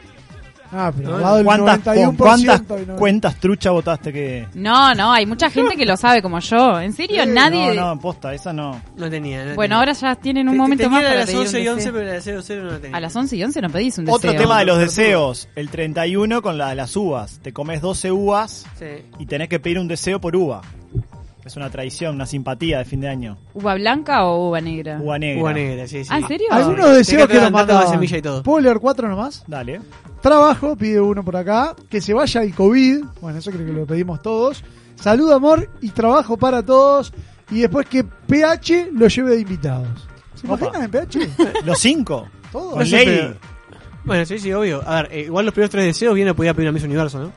Ah, pero
No,
dado el
¿Cuántas,
91%.
cuántas
y no-
cuentas trucha votaste que...?
No, no, hay mucha gente que lo sabe como yo. En serio,
Sí,
nadie...
No, no, posta, esa no.
No tenía, no
Bueno,
tenía.
ahora ya tienen un
Te-
momento
tenía
más
la de
para
las
pedir un
11 y 11,
deseo.
pero la de 0 0 no la tenía.
A las 11 y 11 no pedís un deseo.
Otro tema de los
Otro
deseos, el 31 con la de las uvas. Te comes 12 uvas
Sí.
y tenés que pedir un deseo por uva. Es una traición, una simpatía de fin de año.
¿Uva blanca o uva negra?
Uva negra.
Uva negra, sí, sí.
Ah, ¿en serio?
Algunos
Sí,
deseos
tenés
que,
que
nos
plantar toda
mandaban.
la semilla y todo.
¿Puedo leer cuatro nomás?
Dale.
Trabajo, pide uno por acá. Que se vaya el COVID. Bueno, eso creo que lo pedimos todos. Salud, amor y trabajo para todos. Y después que PH lo lleve de invitados. ¿Se
Opa.
imaginan en PH?
Los cinco.
Todo.
Con
No sé,
Lady.
pero- Bueno, sí, sí, obvio. A ver, eh, igual los primeros tres deseos bien lo podía pedir a Miss Universo, ¿no?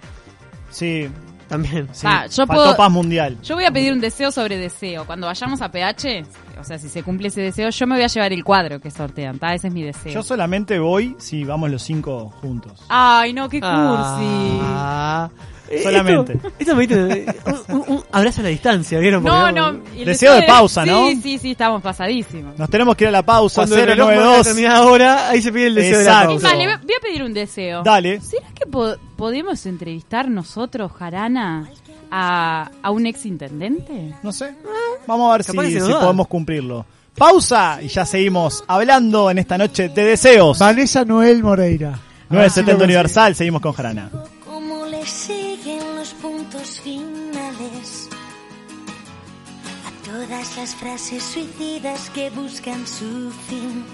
Sí,
También.
sí.
Ah, yo
Faltó
puedo-
paz mundial.
Yo voy a pedir un deseo sobre deseo. Cuando vayamos a PH, o sea, si se cumple ese deseo, yo me voy a llevar el cuadro que sortean. ¿tá? Ese es mi deseo.
Yo solamente voy si vamos los cinco juntos.
Ay, no, qué cursi.
Ah. Eh,
Solamente.
Esto, esto me viste. eh, Un, un- un abrazo a la distancia, ¿vieron?
No,
Porque,
no.
digamos,
y el
Deseo de pausa, ¿no?
Sí, sí, sí, estamos pasadísimos.
Nos tenemos que ir a la pausa
Cuando el reloj marca
092.
determinada hora, ahí se pide el deseo
Exacto.
de
Es
la
más,
pausa.
le voy a- voy a pedir un deseo.
Dale.
¿Será que po- podemos entrevistar nosotros, Jarana, a, a un ex intendente?
No sé. Vamos a ver
Capaz que
si,
se nos
si
da.
podemos cumplirlo. Pausa y ya seguimos hablando en esta noche de deseos.
Vanessa Noel Moreira. Ah,
970 Universal, seguimos con Jarana.
Como le siguen los puntos finales a todas las frases suicidas que buscan su fin.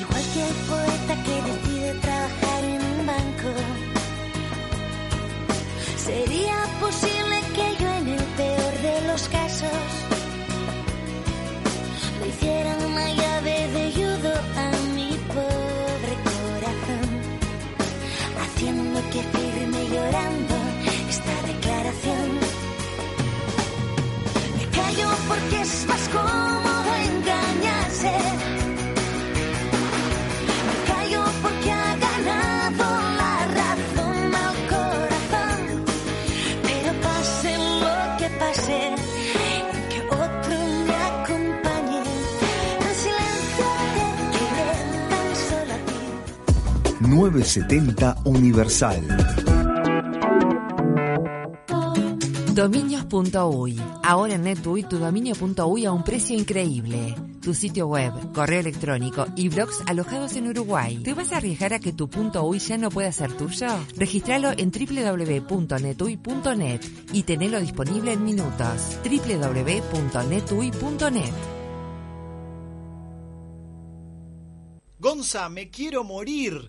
Igual que el poeta que decide trabajar en un banco, sería posible que yo en el peor de los casos le hiciera una llave de judo a mi pobre corazón haciendo que firme llorando esta declaración. Me callo porque es más cómodo engañarse. Me callo porque ha ganado la razón al corazón. Pero paso
970 Universal.
Dominios.uy. Ahora en NetUI tu dominio.uy a un precio increíble. Tu sitio web, correo electrónico y blogs alojados en Uruguay. ¿Te vas a arriesgar a que tu punto .uy ya no pueda ser tuyo? Registralo en www.netui.net y tenelo disponible en minutos. www.netui.net
Gonza, me quiero morir.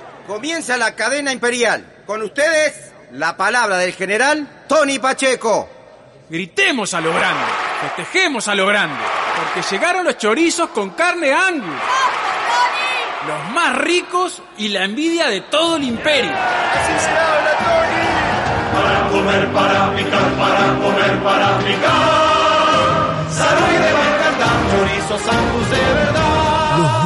Comienza la cadena imperial. Con ustedes, la palabra del general Tony Pacheco.
Gritemos a lo grande, festejemos a lo grande, porque llegaron los chorizos con carne angus. Los más ricos y la envidia de todo el imperio.
Para comer, para picar, para comer, para picar. Salud de Bancardán, chorizo, sangus de verdad.
Los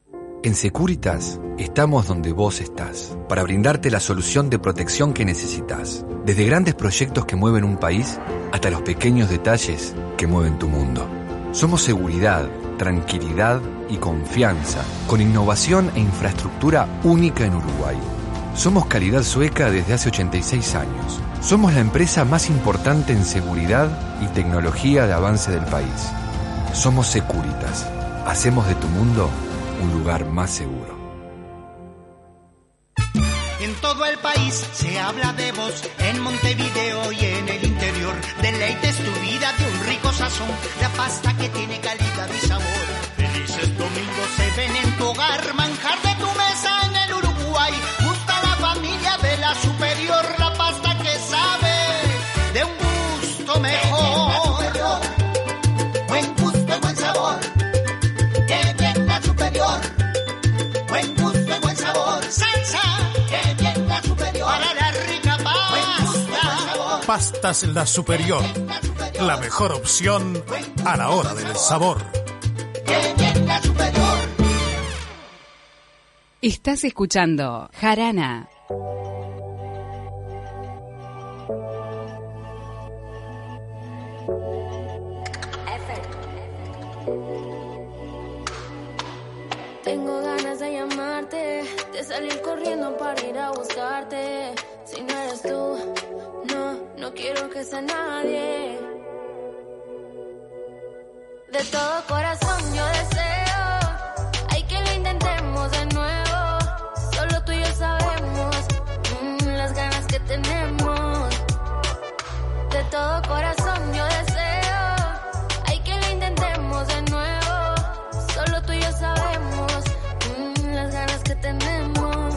En Securitas estamos donde vos estás, para brindarte la solución de protección que necesitas, desde grandes proyectos que mueven un país hasta los pequeños detalles que mueven tu mundo. Somos seguridad, tranquilidad y confianza, con innovación e infraestructura única en Uruguay. Somos calidad sueca desde hace 86 años. Somos la empresa más importante en seguridad y tecnología de avance del país. Somos Securitas. Hacemos de tu mundo un lugar más seguro.
En todo el país se habla de vos, en Montevideo y en el interior. Deleites tu vida de un rico sazón, la pasta que tiene calidad y sabor. Felices domingos se ven en tu hogar, manjar de tu mesa en el Uruguay. Gusta la familia de la superior, la pasta que sabe de un gusto mejor. Buen gusto y buen sabor, que bien la superior. Buen gusto y buen sabor. Salsa, que bien la superior. Para la rica pasta.
Pastas La Superior. La mejor opción a la hora del sabor.
que bien la superior.
Estás escuchando Jarana.
Tengo ganas de llamarte, de salir corriendo para ir a buscarte. Si no eres tú, no, no quiero que sea nadie. De todo corazón yo deseo, hay que lo intentemos de nuevo. Solo tú y yo sabemos mm, las ganas que tenemos. De todo corazón yo deseo, hay que lo intentemos de nuevo. Solo tú y yo sabemos mm, las ganas que tenemos.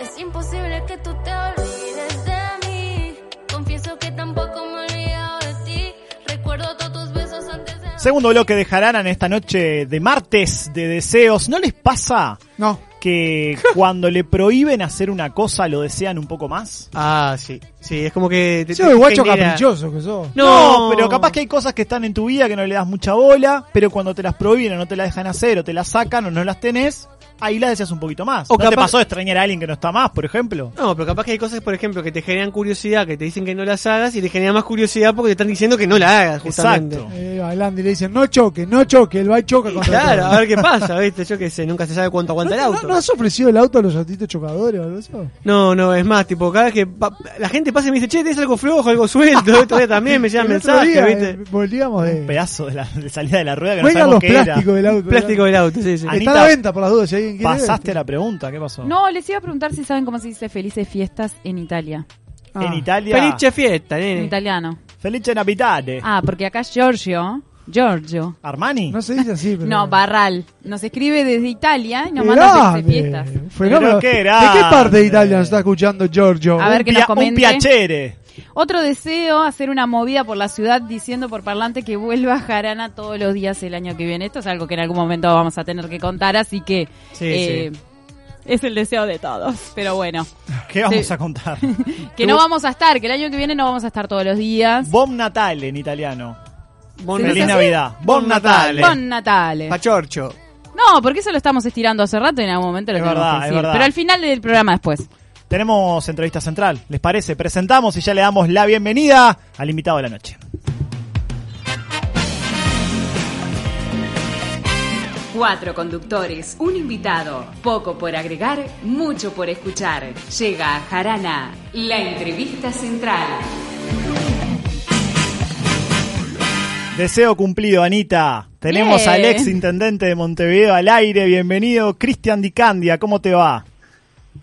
Es imposible que tú te olvides de mí. Confieso que tampoco me he olvidado de ti. Recuerdo todos tus besos antes de.
Segundo bloque de Jarana en esta noche de martes de deseos. ¿No les pasa? No. Que cuando le prohíben hacer una cosa lo desean un poco más.
Ah, sí. Sí, es como que... te-
Sos
te
de guacho
genera-
caprichoso que sos.
No.
No, pero capaz que hay cosas que están en tu vida que no le das mucha bola, pero cuando te las prohíben o no te las dejan hacer o te las sacan o no las tenés, ahí las deseas un poquito más.
O
¿No te
capaz-
pasó de extrañar a alguien que no está más, por ejemplo?
No, pero capaz que hay cosas, por ejemplo, que te generan curiosidad, que te dicen que no las hagas y te genera más curiosidad porque te están diciendo que no la hagas, justamente.
Eh, bailando y le dicen, no choque, no choque, él va y choca contra
Claro,
todo.
a ver qué pasa, ¿viste? Yo qué sé, nunca se sabe cuánto aguanta el
¿No,
auto.
no has ofrecido el auto a los autitos chocadores o algo así?
No, no, es más, tipo, cada vez que pa- la gente pasa y me dice, che, tenés algo flojo, algo suelto, esto también me llegan
El otro
mensajes,
día,
¿viste?
eh, volvíamos de...
Un pedazo de, la, de salida de la rueda que no
Juegan
sabemos
los
qué era.
plásticos del auto.
Plástico del auto, sí, sí.
Está a la venta por las dudas, si alguien quiere.
Pasaste la pregunta, ¿qué pasó?
No, les iba a preguntar si saben cómo se dice felices fiestas en Italia. Ah.
En Italia.
Felice
fiesta,
En italiano.
Felice Navidade.
Ah, porque acá Giorgio. Giorgio.
¿Armani?
No se dice así, pero.
No, Barral. Nos escribe desde Italia y nos manda
Grande.
felices fiestas.
Fenómeno.
Pero qué
¿De qué
grande.
parte de Italia nos está escuchando Giorgio?
A ver Un que nos pia- un comente.
piacere.
Otro deseo, hacer una movida por la ciudad diciendo por parlante que vuelva Jarana todos los días el año que viene. Esto es algo que en algún momento vamos a tener que contar, así que
Sí,
eh, es el deseo de todos. Pero bueno,
¿Qué vamos
Sí.
a contar?
que no vamos a estar, que el año que viene no vamos a estar todos los días.
Bon Natale en italiano.
Bon
Feliz
Natale.
Navidad. Bon Natale.
Bon Natale.
Pachorcho.
No, porque eso lo estamos estirando hace rato y en algún momento lo
Es
tenemos
verdad,
que
es
decir.
verdad.
Pero al final del programa después.
Tenemos entrevista central, ¿les parece? Presentamos y ya le damos la bienvenida al invitado de la noche.
Cuatro conductores, un invitado, poco por agregar, mucho por escuchar. Llega a Jarana, la entrevista central.
Deseo cumplido, Anita. Tenemos
Bien.
al ex intendente de Montevideo al aire. Bienvenido, Cristian Di Candia. ¿Cómo te va?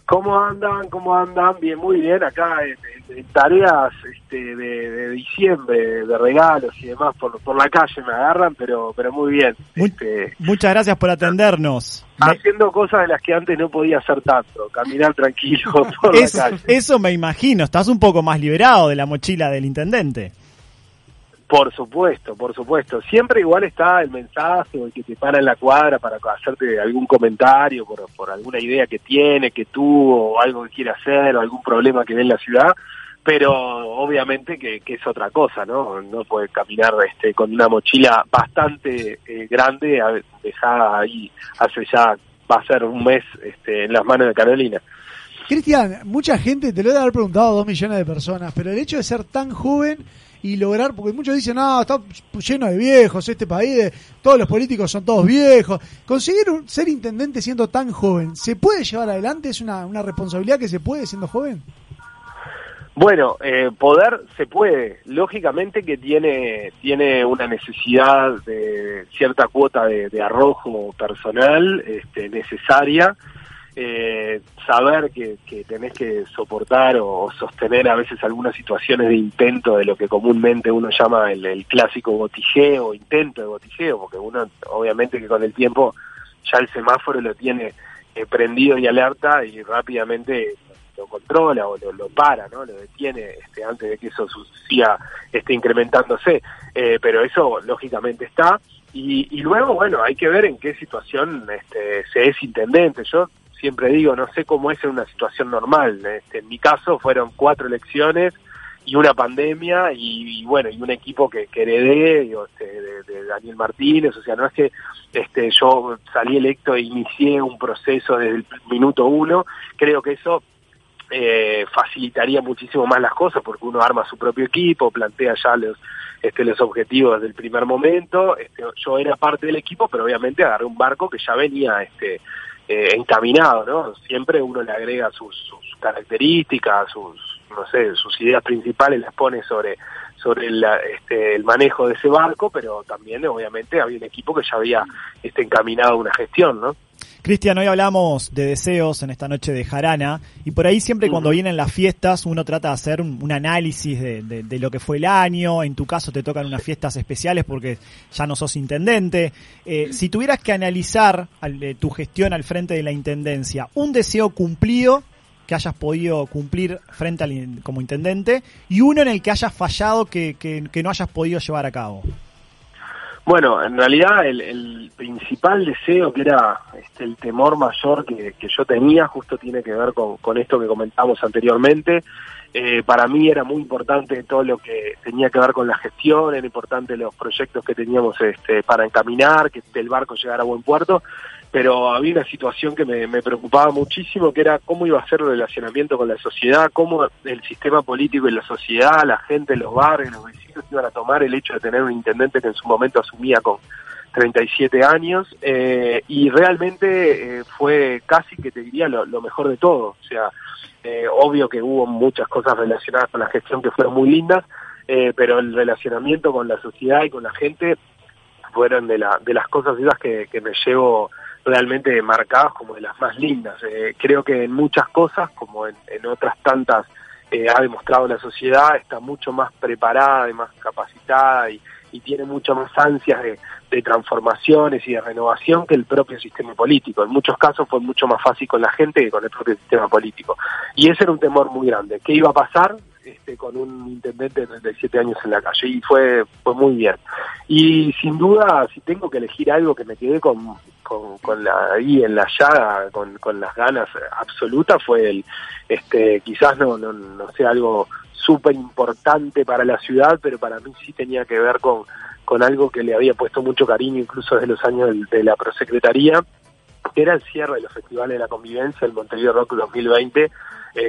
¿Cómo andan? ¿Cómo andan? Bien, muy bien. Acá en, en- en tareas este, de, de diciembre, de regalos y demás, por, por la calle me agarran, pero, pero muy bien. Este,
Muchas gracias por atendernos.
haciendo cosas de las que antes no podía hacer tanto. Caminar tranquilo por
Es-
la calle.
eso me imagino. Estás un poco más liberado de la mochila del intendente.
Por supuesto, por supuesto. Siempre igual está el mensaje o el que te para en la cuadra para hacerte algún comentario por, por alguna idea que tiene, que tuvo, o algo que quiere hacer, o algún problema que ve en la ciudad. Pero obviamente que, que es otra cosa, ¿no? No puede caminar este, con una mochila bastante eh, grande a- dejada ahí hace ya, va a ser un mes este, en las manos de Carolina.
Cristian, mucha gente, te lo he de haber preguntado a dos millones de personas, pero el hecho de ser tan joven y lograr, porque muchos dicen, no, está lleno de viejos este país, de- todos los políticos son todos viejos. Conseguir un- ser intendente siendo tan joven, ¿se puede llevar adelante? ¿Es una, una responsabilidad que se puede siendo joven?
Bueno, eh, poder se puede. Lógicamente que tiene, tiene una necesidad de cierta cuota de, de arrojo personal este, necesaria. Eh, saber que, que tenés que soportar o, o sostener a veces algunas situaciones de intento de lo que comúnmente uno llama el, el clásico botijeo, intento de botijeo, porque uno obviamente que con el tiempo ya el semáforo lo tiene eh, prendido y alerta y rápidamente lo controla o lo, lo para, ¿no? Lo detiene este, antes de que eso su- siga este, incrementándose. Eh, pero eso, lógicamente, está. Y, y luego, bueno, hay que ver en qué situación este, se es intendente. Yo siempre digo, no sé cómo es en una situación normal. Este, en mi caso fueron cuatro elecciones y una pandemia y, y bueno, y un equipo que, que heredé digo, este, de, de Daniel Martínez. O sea, no es que este, yo salí electo e inicié un proceso desde el minuto uno. Creo que eso eh, facilitaría muchísimo más las cosas porque uno arma su propio equipo, plantea ya los, este, los objetivos del primer momento. Este, yo era parte del equipo, pero obviamente agarré un barco que ya venía este, eh, encaminado, ¿no? Siempre uno le agrega sus, sus características, sus, no sé, sus ideas principales las pone sobre sobre la- este, el manejo de ese barco, pero también obviamente había un equipo que ya había este, encaminado una gestión, ¿no?
Cristian, hoy hablamos de deseos en esta noche de Jarana y por ahí siempre cuando vienen las fiestas uno trata de hacer un, un análisis de, de- de lo que fue el año, en tu caso te tocan unas fiestas especiales porque ya no sos intendente. Eh, si tuvieras que analizar al- eh, tu gestión al frente de la intendencia, un deseo cumplido que hayas podido cumplir frente al, in- como intendente y uno en el que hayas fallado que, que- que no hayas podido llevar a cabo.
Bueno, en realidad el, el principal deseo, que era este, el temor mayor que, que yo tenía, justo tiene que ver con, con esto que comentamos anteriormente. Eh, para mí era muy importante todo lo que tenía que ver con la gestión, era importante los proyectos que teníamos este, para encaminar, que el barco llegara a buen puerto, pero había una situación que me, me preocupaba muchísimo, que era cómo iba a ser el relacionamiento con la sociedad, cómo el sistema político y la sociedad, la gente, los barrios, los vecinos iban a tomar el hecho de tener un intendente que en su momento asumía con 37 años eh, y realmente eh, fue casi que te diría lo, lo mejor de todo. O sea, eh, obvio que hubo muchas cosas relacionadas con la gestión que fueron muy lindas, eh, pero el relacionamiento con la sociedad y con la gente fueron de, la, de las cosas esas que, que me llevo realmente marcadas como de las más lindas. Eh, creo que en muchas cosas, como en, en otras tantas eh, ha demostrado la sociedad, está mucho más preparada y más capacitada y, y tiene mucho más ansias de, de transformaciones y de renovación que el propio sistema político. En muchos casos fue mucho más fácil con la gente que con el propio sistema político. Y ese era un temor muy grande. ¿Qué iba a pasar? este, con un intendente de 37 años en la calle y fue, fue muy bien. Y sin duda, si tengo que elegir algo que me quedé con, con, con la, ahí en la llaga, con, con las ganas absolutas, fue el, este, quizás no, no, no sea algo súper importante para la ciudad, pero para mí sí tenía que ver con, con algo que le había puesto mucho cariño incluso desde los años del- de la prosecretaría, que era el cierre de los festivales de la convivencia, el Montevideo Rock 2020, eh,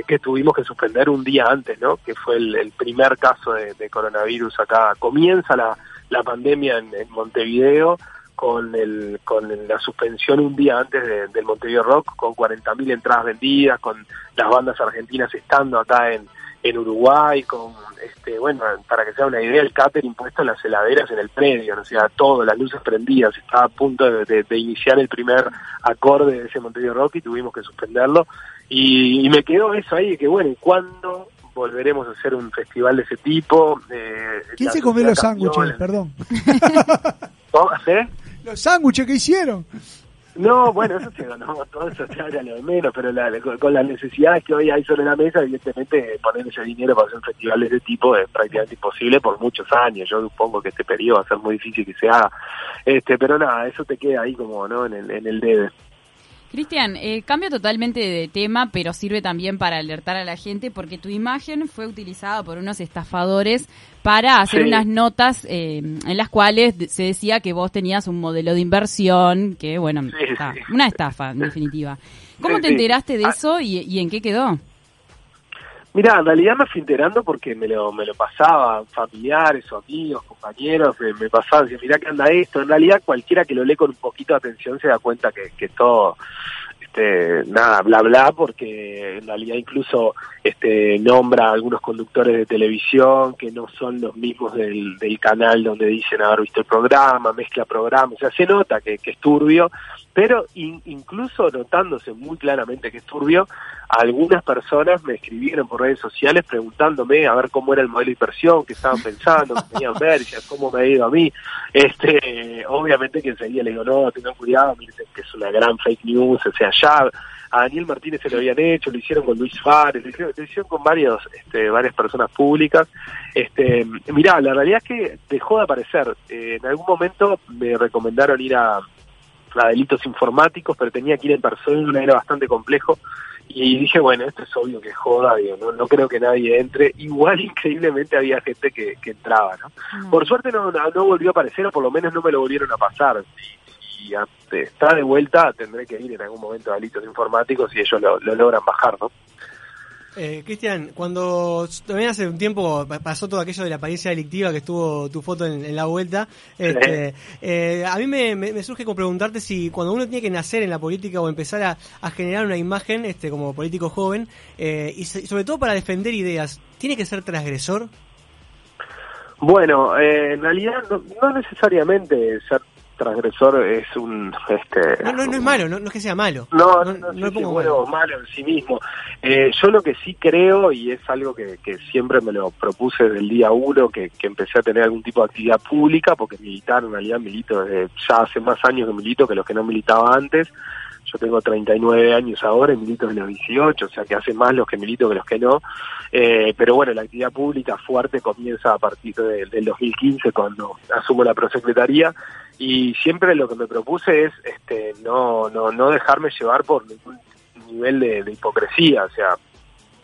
que tuvimos que suspender un día antes, ¿no? Que fue el, el primer caso de, de coronavirus acá. Comienza la, la pandemia en, en Montevideo con, el, con la suspensión un día antes de- del Montevideo Rock, con 40.000 entradas vendidas, con las bandas argentinas estando acá en, en Uruguay, con, este, bueno, para que sea una idea, el catering puesto en las heladeras en el predio, ¿no? o sea, todo, las luces prendidas, estaba a punto de, de- de iniciar el primer acorde de ese Montevideo Rock y tuvimos que suspenderlo. Y, y me quedó eso ahí, de que bueno, ¿y ¿cuándo volveremos a hacer un festival de ese tipo? Eh,
¿Quién
la
se comió
sociedad cambió,
los sándwiches?
la-
Perdón.
¿Cómo? ¿Eh?
¿Los sándwiches que hicieron?
No, bueno, eso se ganó, todo eso se habla lo de menos, pero la- con, con las necesidades que hoy hay sobre la mesa, evidentemente eh, poner ese dinero para hacer un festival de ese tipo es prácticamente imposible por muchos años. Yo supongo que este periodo va a ser muy difícil que se haga. Este, pero nada, eso te queda ahí como no en el, en el debe.
Cristian, eh, cambio totalmente de tema, pero sirve también para alertar a la gente porque tu imagen fue utilizada por unos estafadores para hacer
Sí.
unas notas eh, en las cuales de- se decía que vos tenías un modelo de inversión, que bueno, está, una estafa en definitiva. ¿Cómo
Sí,
te
sí.
enteraste de eso y, y en qué quedó?
Mira, en realidad me fui enterando porque me lo, me lo pasaban familiares o amigos, compañeros, me, me pasaban, decían, mirá que anda esto. En realidad cualquiera que lo lee con un poquito de atención se da cuenta que, que es todo, este, nada, bla, bla, porque en realidad incluso este, nombra a algunos conductores de televisión que no son los mismos del, del canal donde dicen haber visto el programa, mezcla programas, o sea, se nota que, que es turbio, pero in- incluso notándose muy claramente que es turbio, algunas personas me escribieron por redes sociales preguntándome a ver cómo era el modelo de inversión que estaban pensando, que querían ver, y decían, cómo me ha ido a mí. Este, obviamente que enseguida le digo, no, tengan cuidado, miren que es una gran fake news, o sea, ya a Daniel Martínez se lo habían hecho, lo hicieron con Luis Fares, lo hicieron, lo hicieron con varios, este, varias personas públicas. Este, mirá, la realidad es que dejó de aparecer. Eh, en algún momento me recomendaron ir a, a delitos informáticos, pero tenía que ir en persona, era bastante complejo. Y dije, bueno, esto es obvio que es joda, digo, no, no creo que nadie entre. Igual, increíblemente, había gente que, que entraba, ¿no?
Mm.
Por suerte no, no, no volvió a aparecer, o por lo menos no me lo volvieron a pasar. Y, y a- está de vuelta, tendré que ir en algún momento a delitos informáticos y ellos lo, lo logran bajar, ¿no?
Eh, Cristian, cuando también hace un tiempo pa- pasó todo aquello de la apariencia delictiva que estuvo tu foto en, en la vuelta, este, eh, a mí me, me- me surge como preguntarte si cuando uno tiene que nacer en la política o empezar a, a generar una imagen este, como político joven, eh, y se- sobre todo para defender ideas, ¿tiene que ser transgresor?
Bueno, eh, en realidad no, no necesariamente ser transgresor es un... Este,
No, no, no es malo, no, no es que sea malo.
No, no, no,
no lo
sí, sí,
pongo
bueno o malo en sí mismo. Eh, yo lo que sí creo, y es algo que, que siempre me lo propuse desde el día uno, que, que empecé a tener algún tipo de actividad pública, porque militar en realidad milito desde ya hace más años que milito que los que no militaba antes. Yo tengo 39 años ahora y milito desde los 18, o sea que hace más los que milito que los que no. Eh, pero bueno, la actividad pública fuerte comienza a partir de- del 2015 cuando asumo la prosecretaría y siempre lo que me propuse es este, no, no, no dejarme llevar por ningún nivel de, de hipocresía. O sea,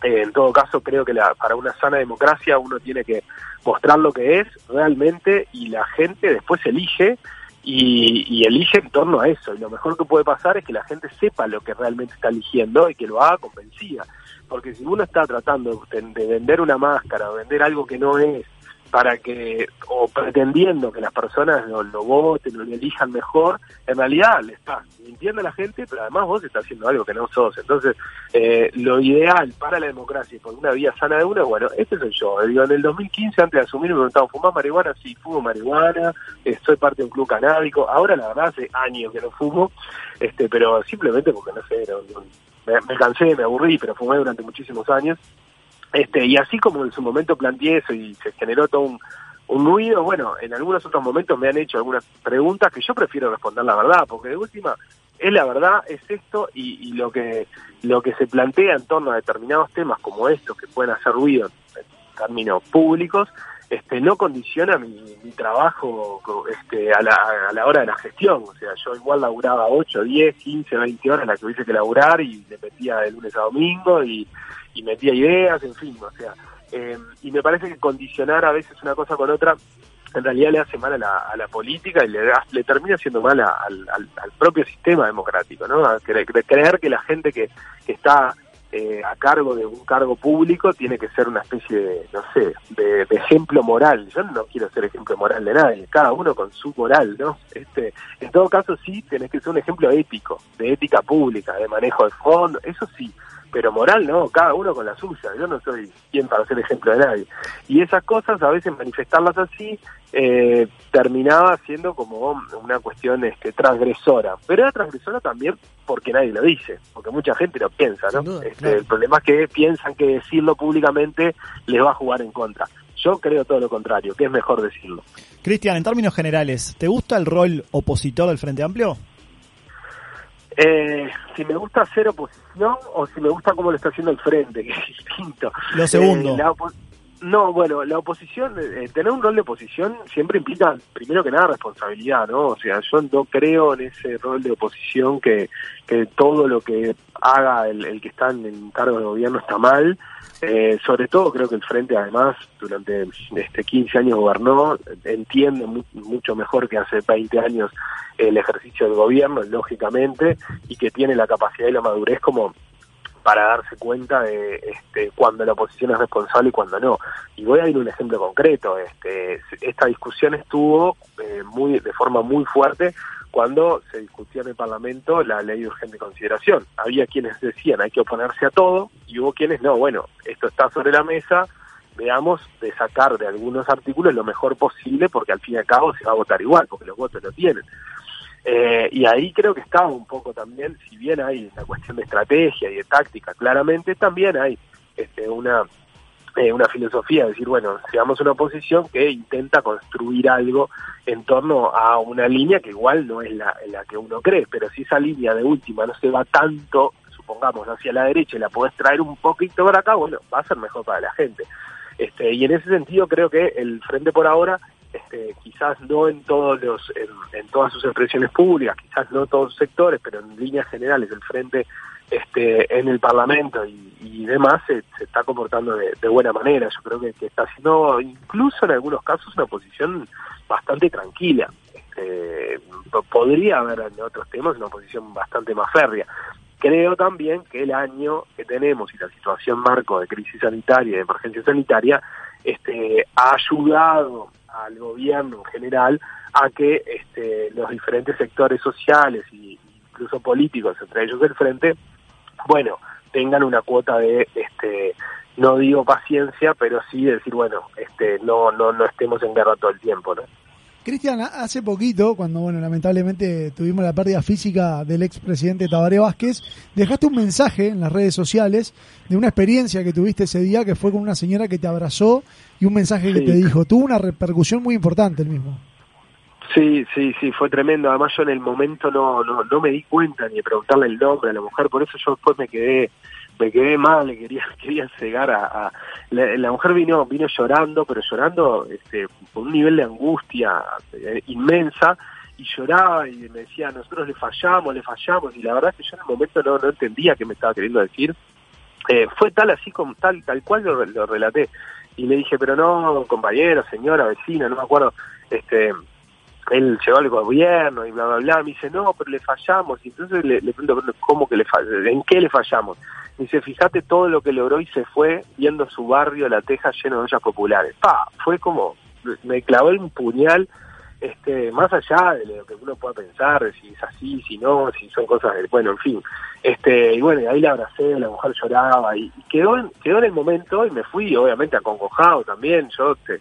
eh, en todo caso creo que la- para una sana democracia uno tiene que mostrar lo que es realmente y la gente después elige y, y elige en torno a eso. Y lo mejor que puede pasar es que la gente sepa lo que realmente está eligiendo y que lo haga convencida. Porque si uno está tratando de, de vender una máscara o vender algo que no es, para que, o pretendiendo que las personas lo, lo voten o lo elijan mejor, en realidad le estás mintiendo a la gente, pero además vos estás haciendo algo que no sos. Entonces, eh, lo ideal para la democracia y por una vía sana de uno es, bueno, este soy yo. Digo, en el 2015, antes de asumir, me preguntaban, ¿fumás marihuana? Sí, fumo marihuana, eh, soy parte de un club canábico. Ahora, la verdad, hace años que no fumo, este pero simplemente porque, no sé, no- no- me, me cansé, me aburrí, pero fumé durante muchísimos años. Este, y así como en su momento planteé eso y se generó todo un, un ruido, bueno, en algunos otros momentos me han hecho algunas preguntas que yo prefiero responder la verdad, porque de última es la verdad, es esto y, y lo que lo que se plantea en torno a determinados temas como estos que pueden hacer ruido en términos públicos, este no condiciona mi, mi trabajo co- este, a, la, a la hora de la gestión. O sea, yo igual laburaba 8, 10, 15, 20 horas las que hubiese que laburar y le metía de lunes a domingo y, y metía ideas, en fin, o sea. eh, y me parece que condicionar a veces una cosa con otra en realidad le hace mal a la, a la política y le, da- le termina haciendo mal a- al, al- al propio sistema democrático, ¿no? A cre- cre- creer que la gente que, que está eh, a cargo de un cargo público tiene que ser una especie de, no sé, de, de ejemplo moral. Yo no quiero ser ejemplo moral de nadie, cada uno con su moral, ¿no? Este, en todo caso sí, tenés que ser un ejemplo ético, de ética pública, de manejo de fondo, eso sí. Pero moral no, cada uno con la suya. Yo no soy quien para ser ejemplo de nadie. Y esas cosas, a veces manifestarlas así, eh, terminaba siendo como una cuestión este, transgresora. Pero era transgresora también porque nadie lo dice, porque mucha gente lo piensa, ¿no? Este, El problema es que piensan que decirlo públicamente les va a jugar en contra. Yo creo todo lo contrario, que es mejor decirlo.
Cristian, en términos generales, ¿te gusta el rol opositor del Frente Amplio?
Eh, si me gusta hacer oposición o si me gusta cómo lo está haciendo el frente, que es distinto.
Lo segundo.
Eh, la opo- no, bueno, la oposición, eh, tener un rol de oposición siempre implica, primero que nada, responsabilidad, ¿no? O sea, yo no creo en ese rol de oposición que, que todo lo que haga el, el que está en el cargo de gobierno está mal. Eh, sobre todo creo que el Frente, además, durante este 15 años gobernó, entiende mu- mucho mejor que hace 20 años el ejercicio del gobierno, lógicamente, y que tiene la capacidad y la madurez como para darse cuenta de este, cuando la oposición es responsable y cuando no. Y voy a ir a un ejemplo concreto. Este, esta discusión estuvo eh, muy de forma muy fuerte cuando se discutía en el Parlamento la ley de urgente consideración. Había quienes decían hay que oponerse a todo y hubo quienes no, bueno, esto está sobre la mesa, veamos de sacar de algunos artículos lo mejor posible porque al fin y al cabo se va a votar igual, porque los votos lo tienen. Eh, y ahí creo que estaba un poco también, si bien hay la cuestión de estrategia y de táctica, claramente también hay este, una, eh, una filosofía, de decir, bueno, seamos una oposición que intenta construir algo en torno a una línea que igual no es la, la que uno cree, pero si esa línea de última no se va tanto, supongamos, hacia la derecha y la podés traer un poquito para acá, bueno, va a ser mejor para la gente. Este, y en ese sentido creo que el Frente por ahora este, quizás no en todos los en, en todas sus expresiones públicas, quizás no todos los sectores, pero en líneas generales el frente este, en el Parlamento y, y demás se, se está comportando de, de buena manera. Yo creo que, que está haciendo incluso en algunos casos una posición bastante tranquila. Este, po- podría haber en otros temas una posición bastante más férrea. Creo también que el año que tenemos y la situación marco de crisis sanitaria y de emergencia sanitaria este, ha ayudado al gobierno en general a que este, los diferentes sectores sociales e incluso políticos, entre ellos el Frente, bueno, tengan una cuota de, este, no digo paciencia, pero sí decir, bueno, este, no, no, no estemos en guerra todo el tiempo, ¿no?
Cristian, ha- hace poquito, cuando bueno, lamentablemente tuvimos la pérdida física del expresidente Tabaré Vázquez, dejaste un mensaje en las redes sociales de una experiencia que tuviste ese día que fue con una señora que te abrazó y un mensaje que
Sí.
te dijo. Tuvo una repercusión muy importante el mismo.
Sí, sí, sí, fue tremendo. Además yo en el momento no, no, no me di cuenta ni de preguntarle el nombre a la mujer, por eso yo después me quedé, me quedé mal, le quería, quería cegar a, a- la, la mujer vino, vino llorando, pero llorando este, con un nivel de angustia eh, inmensa, y lloraba y me decía, nosotros le fallamos, le fallamos, y la verdad es que yo en el momento no, no entendía qué me estaba queriendo decir. Eh, fue tal así como tal, tal cual lo, lo relaté. Y le dije, pero no, compañero, señora, vecina, no me acuerdo, este, él llegó al gobierno y bla, bla, bla. Me dice, no, pero le fallamos. Y entonces le, le pregunto, "Pero ¿cómo que le fallamos? ¿En qué le fallamos? Me dice, fíjate todo lo que logró y se fue viendo su barrio, La Teja, lleno de ollas populares. Pa, fue como, me clavó un puñal, este, más allá de lo que uno pueda pensar, de si es así, si no, si son cosas, de- bueno, en fin. Este, y bueno, y ahí la abracé, la mujer lloraba y, y quedó, en, quedó en el momento y me fui, obviamente, acongojado también. Yo, este,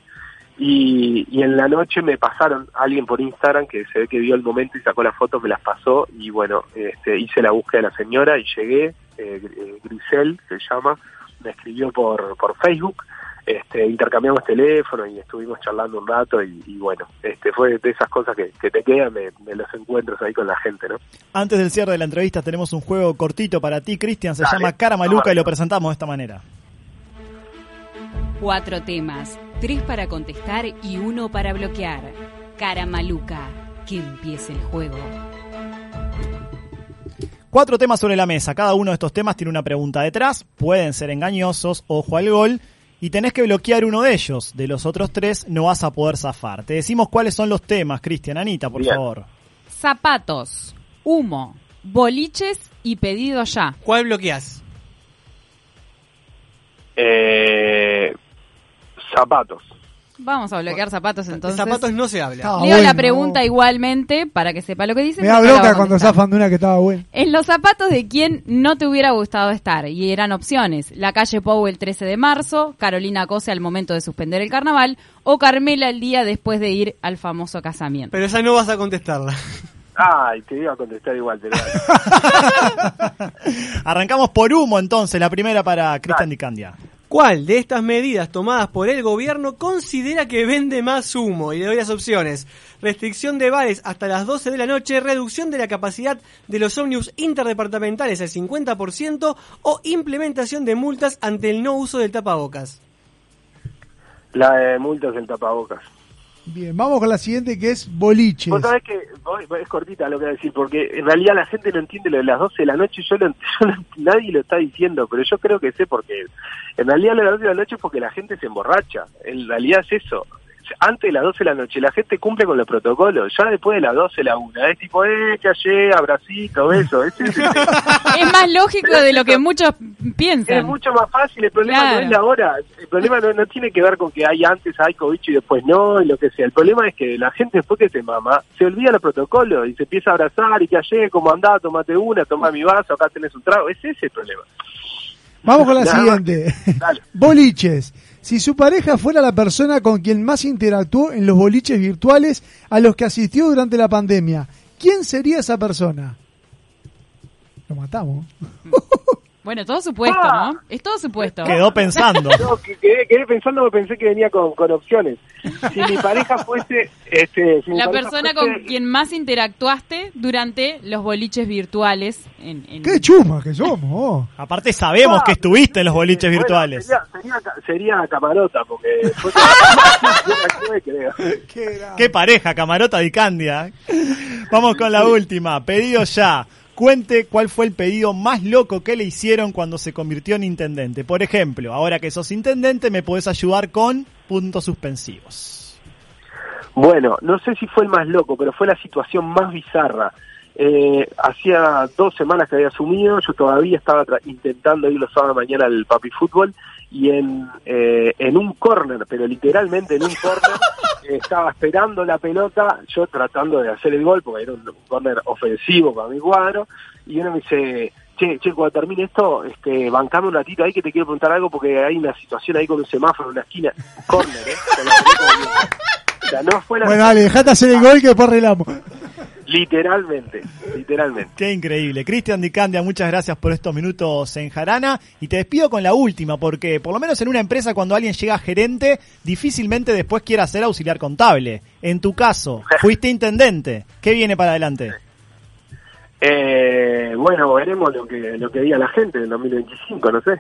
y, y en la noche me pasaron a alguien por Instagram que se ve que vio el momento y sacó las fotos, me las pasó y bueno, este, hice la búsqueda de la señora y llegué, eh, Gr- eh, Grisel se llama, me escribió por, por Facebook, este, intercambiamos teléfono y estuvimos charlando un rato y, y bueno, este fue de esas cosas que, que te quedan de, de los encuentros ahí con la gente, ¿no?
Antes del cierre de la entrevista tenemos un juego cortito para ti, Cristian. Se llama Cara Maluca y lo presentamos de esta manera.
Cuatro temas, tres para contestar y uno para bloquear. Cara maluca, que empiece el juego.
Cuatro temas sobre la mesa. Cada uno de estos temas tiene una pregunta detrás. Pueden ser engañosos, ojo al gol. Y tenés que bloquear uno de ellos. De los otros tres no vas a poder zafar. Te decimos cuáles son los temas, Cristian. Anita, por favor.
Zapatos, humo, boliches y pedido ya.
¿Cuál bloqueas?
Eh, zapatos.
Vamos a bloquear zapatos entonces.
zapatos no se habla.
Leo
Ah,
la
bueno,
pregunta igualmente para que sepa lo que dice.
Me da
pero la
bronca
vamos a
cuando zafan de una que estaba buena.
En los zapatos de quien no te hubiera gustado estar, y eran opciones, la calle Pou el 13 de marzo, Carolina Cose al momento de suspender el carnaval, o Carmela el día después de ir al famoso casamiento.
Pero esa no vas a contestarla.
Ay, te iba a contestar igual, te lo
Arrancamos por humo entonces. La primera para Cristian Dicandia.
¿Cuál de estas medidas tomadas por el gobierno considera que vende más humo? Y le doy las opciones. Restricción de bares hasta las 12 de la noche, reducción de la capacidad de los ómnibus interdepartamentales al 50% o implementación de multas ante el no uso del tapabocas.
La de multas en tapabocas.
Bien, vamos con la siguiente que es boliches.
Vos sabés que vos- es cortita lo que voy a decir, porque en realidad la gente no entiende lo de las 12 de la noche, yo, lo- yo lo- nadie lo está diciendo, pero yo creo que sé porque en realidad lo de las 12 de la noche es porque la gente se emborracha, en realidad es eso. Antes de las 12 de la noche la gente cumple con los protocolos, ya después de las 12 la una, es tipo, eh, que ayer, abracito, beso, es, es- es-
Es más lógico de lo que muchos piensan.
Es mucho más fácil, el problema no es la hora, el problema no, no tiene que ver con que hay antes hay cobicho y después no, y lo que sea. El problema es que la gente después que se mama, se olvida los protocolos y se empieza a abrazar y que ayer, como andá, tomate una, toma mi vaso, acá tenés un trago. Ese es el problema.
Vamos con la
Nada más.
siguiente. boliches. Si su pareja fuera la persona con quien más interactuó en los boliches virtuales a los que asistió durante la pandemia, ¿quién sería esa persona? Lo matamos.
Bueno, todo supuesto,
Ah.
¿no? Es todo supuesto.
No, que- quedé, quedé pensando, pensé que venía con, con opciones. Si mi pareja fuese... Este, si mi
La
pareja
persona
fuese-
con quien más interactuaste durante los boliches virtuales. En, en-
¡Qué chuma que somos! vos!
Aparte sabemos que estuviste en los boliches
Ah. Bueno,
virtuales.
sería, sería, ca- sería camarota, porque... fue- creo.
Qué pareja, camarota Dicandia. Vamos con la última. Pedido ya. Cuente cuál fue el pedido más loco que le hicieron cuando se convirtió en intendente. Por ejemplo, ahora que sos intendente me podés ayudar con puntos suspensivos.
Bueno, no sé si fue el más loco, pero fue la situación más bizarra. Eh, hacía dos semanas que había asumido, yo todavía estaba tra- intentando ir los sábados de mañana al papi fútbol y en, eh, en un corner, pero literalmente en un corner, eh, estaba esperando la pelota, yo tratando de hacer el gol, porque era un corner ofensivo para mi cuadro, y uno me dice, che, che, cuando termine esto, este, bancame un ratito ahí que te quiero preguntar algo porque hay una situación ahí con un semáforo en una esquina, un corner, ¿eh? Con la pelota volviendo. O sea, no fue la-
Bueno, dale, dejate hacer el gol que después arreglamos.
Literalmente, literalmente.
Qué increíble. Cristian Dicandia, muchas gracias por estos minutos en Jarana. Y te despido con la última, porque por lo menos en una empresa cuando alguien llega a gerente, difícilmente después quiera ser auxiliar contable. En tu caso, fuiste intendente. ¿Qué viene para adelante?
Eh, bueno, veremos lo que lo que diga la gente en 2025, no sé.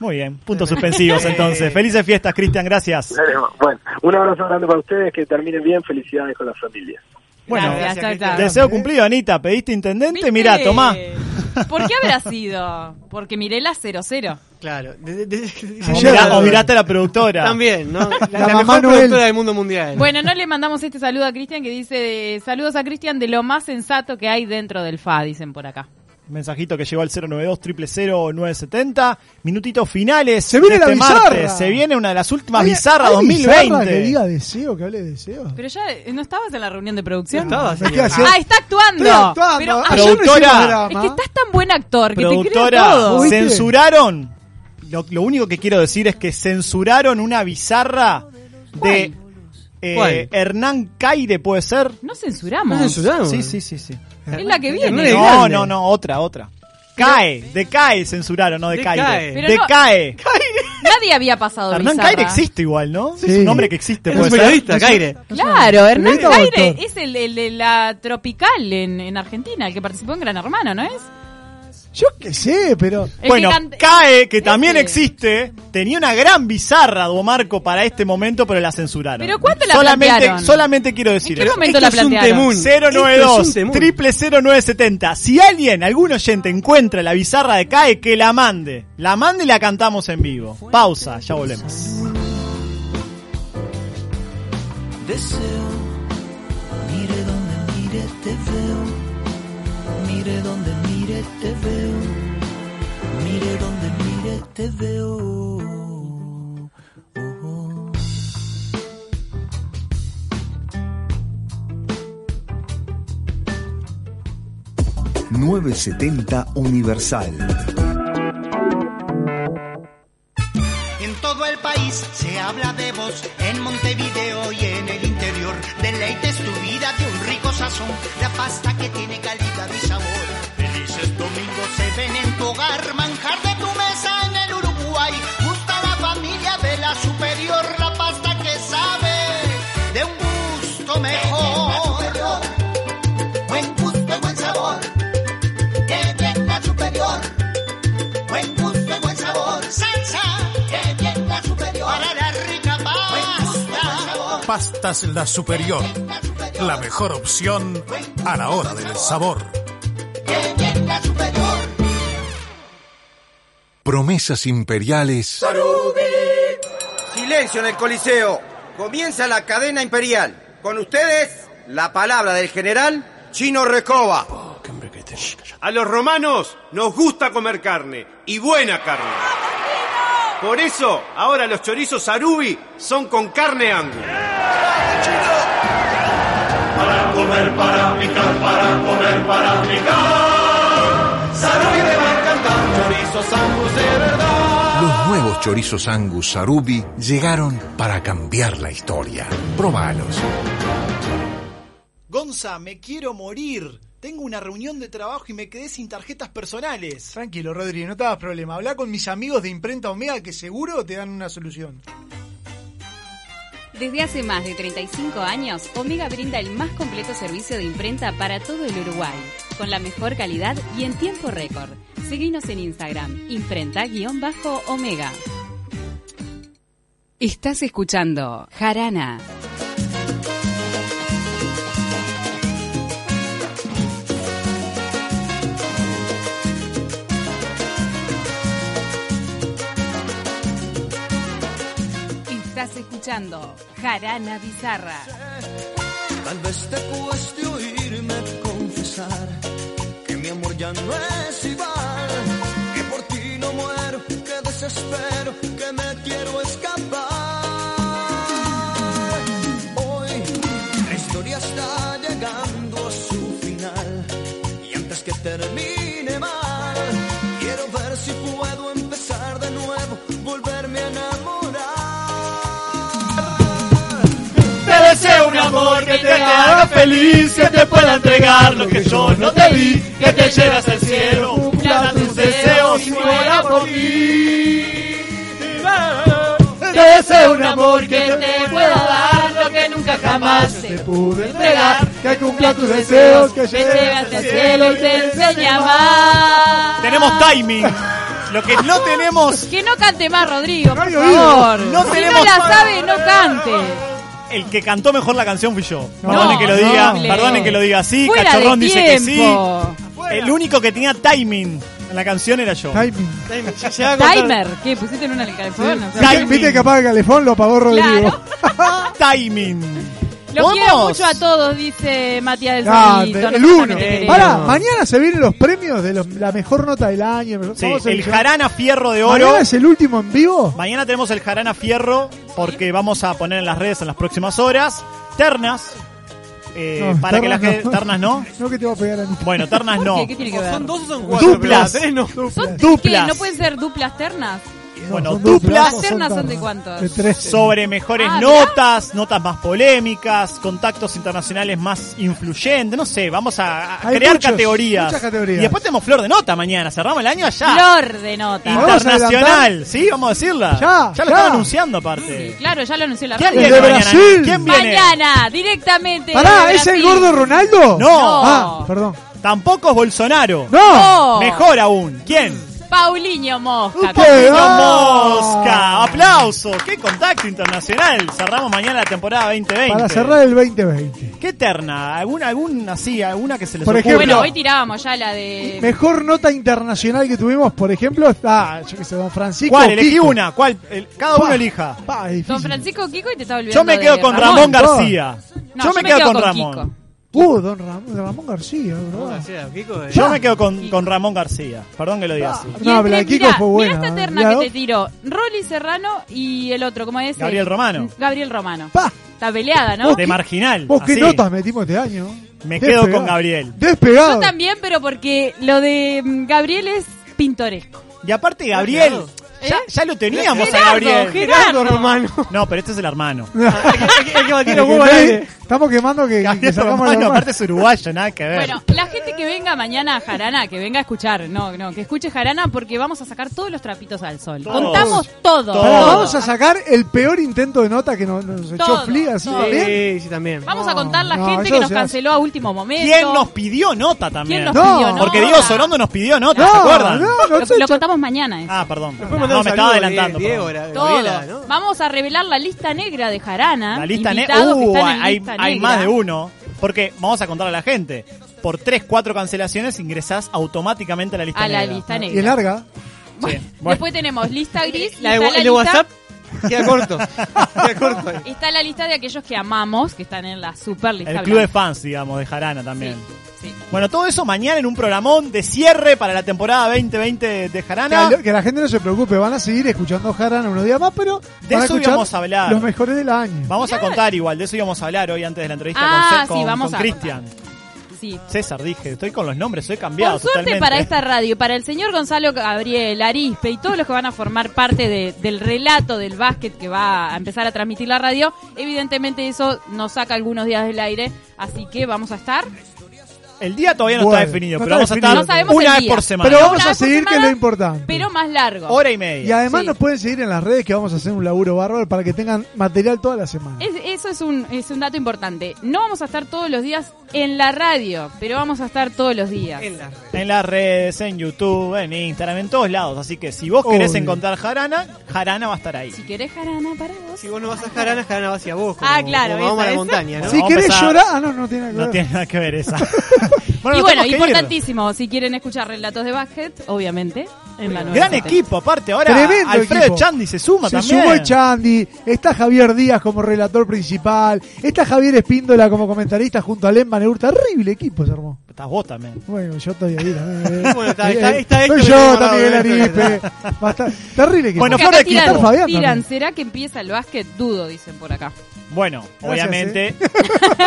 Muy bien, puntos suspensivos entonces. Felices fiestas, Cristian, gracias.
Veremos. Bueno, un abrazo grande para ustedes, que terminen bien, felicidades con la familia.
Bueno,
Gracias, chao, chao.
deseo cumplido, Anita. Pediste intendente, mira, tomá.
Eh, ¿Por qué habrá sido? Porque miré la 00.
Claro.
O, mirá- o mirate a la productora.
También, ¿no? La,
La
la
mamá
mejor
Noel.
productora del mundo mundial.
Bueno, no le mandamos este saludo a Cristian que dice de- saludos a Cristian de lo más sensato que hay dentro del FA, dicen por acá.
Mensajito que llegó al 092 970 Minutitos finales. Se
viene la bizarra.
Se viene una de las últimas
¿Hay-
bizarras
hay
2020.
bizarra que diga deseo, que hable de deseo.
Pero ya eh, no estabas en la reunión de producción.
No estaba,
ah,
señor. Estoy haciendo-
está actuando.
Estoy actuando.
Pero
Ayer no
ayer-
hicimos
Productora.
es que estás tan buen actor que te creo
Productora,
todo.
censuraron. Lo, lo único que quiero decir es que censuraron una bizarra de eh,
¿Cuál?
Hernán Caire, ¿puede ser?
No censuramos.
No censuramos.
Sí, sí, sí, sí.
Es la que viene.
No, no, no, otra, otra. Cae, decae, censuraron, no decae.
Decae. Pero no-
Decae.
Nadie había pasado
Hernán
Bizarra.
Caire existe igual, ¿no?
Sí.
Es un hombre que existe,
Es
puede
un
ser.
periodista, Caire.
Claro, Hernán
¿Periodista o
Caire
actor?
es el, el de la tropical en, en Argentina, el que participó en Gran Hermano, ¿no es?
Yo qué sé, pero.
El
Bueno,
gigante-
Cae, que también
Ese.
existe, tenía una gran bizarra, Duomarco, para este momento, pero la censuraron.
¿Pero cuánto la
solamente,
plantearon?
solamente quiero decir
¿En qué momento la plantearon? Esto es un
092 triple 0970. Si alguien, algún oyente, encuentra la bizarra de Cae, que la mande. La mande y la cantamos en vivo. Pausa, ya volvemos.
deseo. Mire donde mire te veo, mire donde mire te veo, mire donde mire te veo. Oh.
Universal. 970 Universal.
En todo el país se habla de vos, en Montevideo y en el interior. Deleites tu vida de un rico sazón, la pasta que tiene calidad y sabor. Felices domingos se ven en tu hogar, manjar de tu mesa en el Uruguay. Gusta la familia de la superior, la pasta que sabe de un gusto mejor. Buen gusto, buen sabor, que bien la superior. Buen gusto y buen sabor. Salsa. Que bien la superior. Para la rica pasta.
Pastas La Superior. La mejor opción a la hora del sabor.
Que bien la superior.
Promesas imperiales.
Silencio en el Coliseo. Comienza la cadena imperial. Con ustedes, la palabra del general Chino Recoba.
A los romanos nos gusta comer carne y buena carne. Por eso, ahora los chorizos arubi son con carne angus.
Para comer, para picar, para comer, para picar. Sarubi te va a encantar, chorizo sangus de verdad.
Los nuevos chorizos Angus Sarubi llegaron para cambiar la historia. Probalos.
Gonza, me quiero morir. Tengo una reunión de trabajo y me quedé sin tarjetas personales. Tranquilo, Rodri, no te hagas problema. Habla con mis amigos de Imprenta Omega que seguro te dan una solución.
Desde hace más de 35 años, Omega brinda el más completo servicio de imprenta para todo el Uruguay, con la mejor calidad y en tiempo récord. Seguinos en Instagram, imprenta-omega. Estás escuchando Jarana. Estás escuchando Jarana Bizarra.
Tal vez te cueste oírme confesar que mi amor ya no es igual, que por ti no muero, que desespero, que me quiero escapar. Hoy la historia está llegando a su final y antes que termine mal, quiero ver si puedo empezar de nuevo, volverme a enamorar.
Te deseo un amor que te haga feliz, que te pueda entregar lo que yo no te di, que te llevas al cielo, cumpla tus deseos si fuera por mí. Te deseo un amor que te pueda dar lo que nunca jamás te pude entregar, que cumpla tus deseos, que llegas al cielo y te enseñe a amar.
Tenemos timing. Lo que no tenemos,
Que no cante más, Rodrigo, por
oído.
favor.
No
si
tenemos-
no la sabe, no cante.
el que cantó mejor la canción fui yo.
No,
Perdonen que lo diga,
horrible.
perdonen que lo diga así,
Fuera de
Cachorrón dice que sí.
tiempo.
El único que tenía timing en la canción era yo. Timing.
Timer, ¿qué? ¿Pusiste en una en el calefón? No sé.
Viste- Viste que apaga el calefón, lo apagó Rodrigo.
Timing.
Lo quiero
¿Vamos?
mucho a todos, dice Matías del
Ah,
Solito,
te-
no
el
solamente
uno.
te queremos.
Pará, mañana se vienen los premios de los- la mejor nota del año.
Sí,
Vamos a
el
elegir.
Jarana Fierro de Oro.
¿Mañana es el último en vivo?
Mañana tenemos el Jarana Fierro porque vamos a poner en las redes en las próximas horas ternas. eh,
No,
para que la
ternas
gente.
no.
¿Ternas no?
No que te va a pegar a mí.
Bueno, ternas no.
¿Qué, qué tiene que ver?
¿Son dos o son cuatro?
Duplas.
Pero la tres no.
¿Son
Duplas.
¿Qué? ¿No pueden ser duplas ternas?
Bueno,
son dos
duplas.
pedazos, son Este-
Alternas son de
tan-
cuántos.
de tres.
sobre mejores
Ah, mirá.
notas, notas más polémicas, contactos internacionales más influyentes, no sé, vamos a, a
Hay
crear
muchos,
categorías.
muchas categorías.
Y después tenemos flor de nota mañana, cerramos el año allá.
Flor de nota.
Internacional, sí, vamos a decirla. Ya, lo están anunciando aparte.
Claro, ya lo anunció la
¿Quién
radio.
viene mañana? ¿Quién viene?
Mañana, directamente.
Pará,
desde
¿es el
Brasil.
gordo
Ronaldo?
No.
Ah, perdón.
Tampoco es Bolsonaro.
No. No.
Mejor aún. ¿Quién?
Paulinho Mosca.
Paulino
ah.
Mosca. Aplausos. Qué contacto internacional. Cerramos mañana la temporada 2020.
Para cerrar el 2020.
Qué terna. ¿Alguna, alguna así? ¿Alguna que se les
Por
ocurra?
ejemplo-
Bueno, hoy tirábamos ya la de.
Mejor nota internacional que tuvimos, por ejemplo, está, yo qué sé, Don Francisco.
¿Cuál? Elegí
Kiko.
una. ¿Cuál? El- cada uno
Pa.
elija.
Pa, es
Don
difícil.
Francisco Kiko y te estaba olvidando.
Yo me quedo
de
con Ramón,
Ramón
García.
No,
yo, me quedo, con, Ramón.
Kiko.
Uh, Don Ramón, Don Ramón García, bro.
Yo me quedo con, con Ramón García. Perdón que lo diga así.
Ah, No, pero la de Kiko
Mirá,
fue
mirá
buena. ¿eh?
esta terna
Mirá,
que te tiró. Rolly Serrano y el otro, ¿cómo es? Eh,
Gabriel Romano.
Gabriel Romano. Está peleada, ¿no?
De marginal.
¿Vos qué
así.
notas metimos este año?
Me quedo con Gabriel.
Despegado.
Yo también, pero porque lo de mm, Gabriel es pintoresco. ¿Eh?
Y aparte, Gabriel. Ya, ya lo teníamos
Gerardo,
a Gabriel.
Gerardo. Gerardo,
hermano. No, pero este es el hermano.
Porque Fede- Estamos quemando que, que
Gabriel
sacamos
Romano,
la
aparte es uruguayo, nada que ver.
Bueno, la gente que venga mañana a Jarana, que venga a escuchar, no, no, que escuche Jarana porque vamos a sacar todos los trapitos al sol.
Todos.
Contamos todo.
Pará, Vamos a sacar el peor intento de nota que nos, nos echó
Todo,
Fli, así
todo.
también.
Sí, sí, también.
Vamos a contar la
no,
gente
yo
que nos
sé-
canceló a último momento.
¿Quién nos pidió nota también?
¿Quién nos No. pidió nota?
Porque Diego Sorondo nos pidió nota,
No,
¿se acuerdan?
no,
Lo- lo, contamos mañana. eso.
Ah, perdón. No,
mandar un
me estaba
saludo,
adelantando.
Diego,
perdón.
Todos. ¿eh? Vamos a revelar la lista negra de Jarana.
La lista, ne-
invitados que
Uh,
están en
hay,
lista
hay
negra.
más de uno. Porque vamos a contar a la gente. Por 3, 4 cancelaciones ingresás automáticamente a la lista
A la
negra.
lista negra.
Y es larga.
Después tenemos lista gris.
La de-
está
el de
lista-
WhatsApp queda corto. Queda corto ahí.
Está la lista de aquellos que amamos, que están en la super lista.
El club
blanca.
de fans, digamos, de Jarana también.
Sí, sí.
Bueno, todo eso mañana en un programón de cierre para la temporada 2020 de- de
Que,
Jarana.
al- que la gente no se preocupe, van a seguir escuchando Jarana unos días más, pero
De
van a
eso
escuchar
íbamos a hablar.
los mejores del año.
Vamos a contar igual, de eso íbamos a hablar hoy antes de la entrevista
Ah,
con,
sí,
con-
vamos
con
a
Cristian.
Sí.
César, dije, estoy con los nombres, soy cambiado
Por suerte
totalmente.
para esta radio, para el señor Gonzalo Gabriel, Arispe y todos los que van a formar parte de- del relato del básquet que va a empezar a transmitir la radio, evidentemente eso nos saca algunos días del aire, así que vamos a estar.
El día todavía no
Bueno,
está definido,
no
pero
está
vamos
definido.
a
No
estar
sabemos el
una vez
día.
por semana.
Pero vamos
Una
a
vez por
seguir, que es
semana,
lo importante.
Pero más largo.
Hora y media.
Y además nos pueden seguir en las redes que vamos a hacer un laburo bárbaro para que tengan material toda la semana.
Es- eso es un, es un dato importante. No vamos a estar todos los días en la radio, pero vamos a estar todos los días.
En las redes, en YouTube, en Instagram, en todos lados. Así que si vos querés
Obvio.
encontrar Jarana, Jarana va a estar ahí.
Si querés jarana para vos.
Si vos no vas a Jarana, Jarana va hacia vos.
Ah, claro,
como vamos
esa,
a la
esa.
montaña, ¿no?
si
vamos a
querés
empezar.
llorar, ah, no, no tiene nada que
No
ver.
tiene nada que ver esa.
y
nos
bueno,
tenemos que ir.
importantísimo, si quieren escuchar relatos de básquet, obviamente, en la nueva
Gran
Zetén.
equipo, aparte. Ahora
Tremendo
Alfredo
equipo.
Chandi se suma
Se
también.
sumó el Chandi, está Javier Díaz como relator principal, está Javier Espíndola como comentarista junto a Lemba Neur, terrible equipo se armó.
Estás vos también.
Bueno, yo estoy ahí también.
Bueno, está-
Eh,
está-
eh,
está
soy
Héctor
yo
Enamorado,
también,
¿no?
Arispe.
¿eh?
Basta- Terrible equipo.
Bueno,
Acá
flor de
tiran,
equipo.
Fabián
tiran,
también.
¿será que empieza el básquet? Dudo, dicen por acá.
Bueno,
Gracias, ¿eh?
obviamente,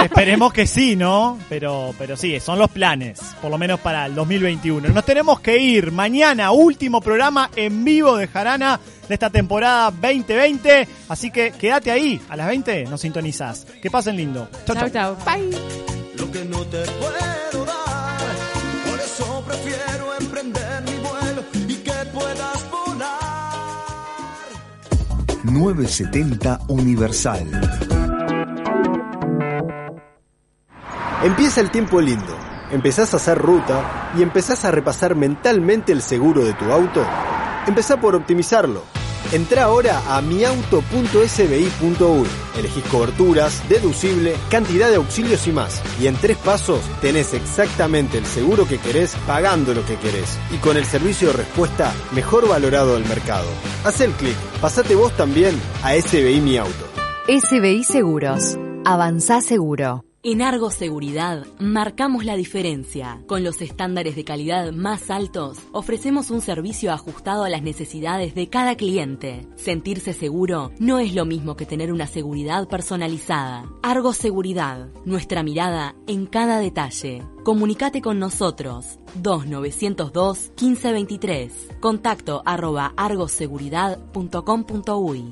esperemos que sí, ¿no? Pero, pero sí, son los planes, por lo menos para el 2021. Nos tenemos que ir mañana, último programa en vivo de Jarana de esta temporada 2020. Así que quédate ahí, a las 20 nos sintonizás. Que pasen lindo. Chau, chau.
Chao, chao. Bye.
lo que no te puedo dar. Por eso prefiero emprender mi vuelo y que puedas volar.
970 Universal.
Empieza el tiempo lindo. Empezás a hacer ruta y empezás a repasar mentalmente el seguro de tu auto. Empezá por optimizarlo. Entrá ahora a miauto.sbi.uy. Elegís coberturas, deducible, cantidad de auxilios y más. Y en tres pasos tenés exactamente el seguro que querés pagando lo que querés. Y con el servicio de respuesta mejor valorado del mercado. Haz el clic. Pasate vos también a SBI Mi Auto.
SBI Seguros. Avanzá seguro.
En Argos Seguridad marcamos la diferencia. Con los estándares de calidad más altos, ofrecemos un servicio ajustado a las necesidades de cada cliente. Sentirse seguro no es lo mismo que tener una seguridad personalizada. Argos Seguridad, nuestra mirada en cada detalle. Comunicate con nosotros 2902 1523. Contacto arroba argoseguridad.com.uy.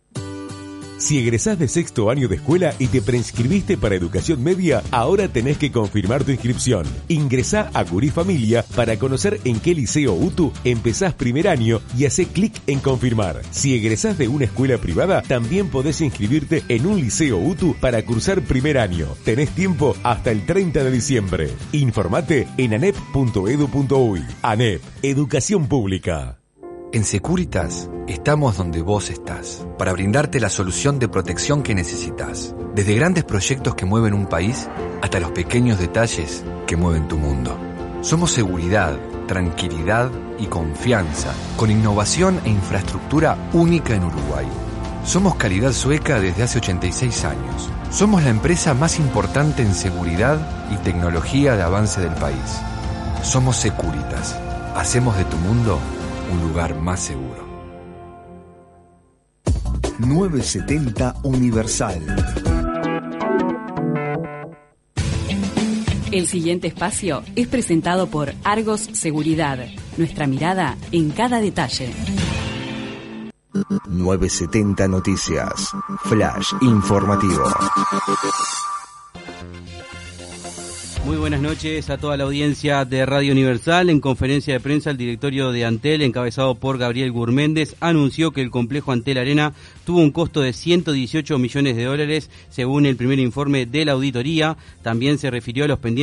Si egresás de sexto año de escuela y te preinscribiste para educación media, ahora tenés que confirmar tu inscripción. Ingresá a Curí Familia para conocer en qué liceo UTU empezás primer año y hacé clic en confirmar. Si egresás de una escuela privada, también podés inscribirte en un liceo UTU para cursar primer año. Tenés tiempo hasta el 30 de diciembre. Informate en anep.edu.uy. ANEP, Educación Pública.
En Securitas estamos donde vos estás para brindarte la solución de protección que necesitas. Desde grandes proyectos que mueven un país hasta los pequeños detalles que mueven tu mundo. Somos seguridad, tranquilidad y confianza con innovación e infraestructura única en Uruguay. Somos calidad sueca desde hace 86 años. Somos la empresa más importante en seguridad y tecnología de avance del país. Somos Securitas. Hacemos de tu mundo un lugar más seguro.
970 Universal.
El siguiente espacio es presentado por Argos Seguridad, nuestra mirada en cada detalle.
970 Noticias. Flash informativo.
Muy buenas noches a toda la audiencia de Radio Universal. En conferencia de prensa, el directorio de Antel, encabezado por Gabriel Gurméndez, anunció que el complejo Antel Arena tuvo un costo de 118 millones de dólares, según el primer informe de la auditoría. También se refirió a los pendientes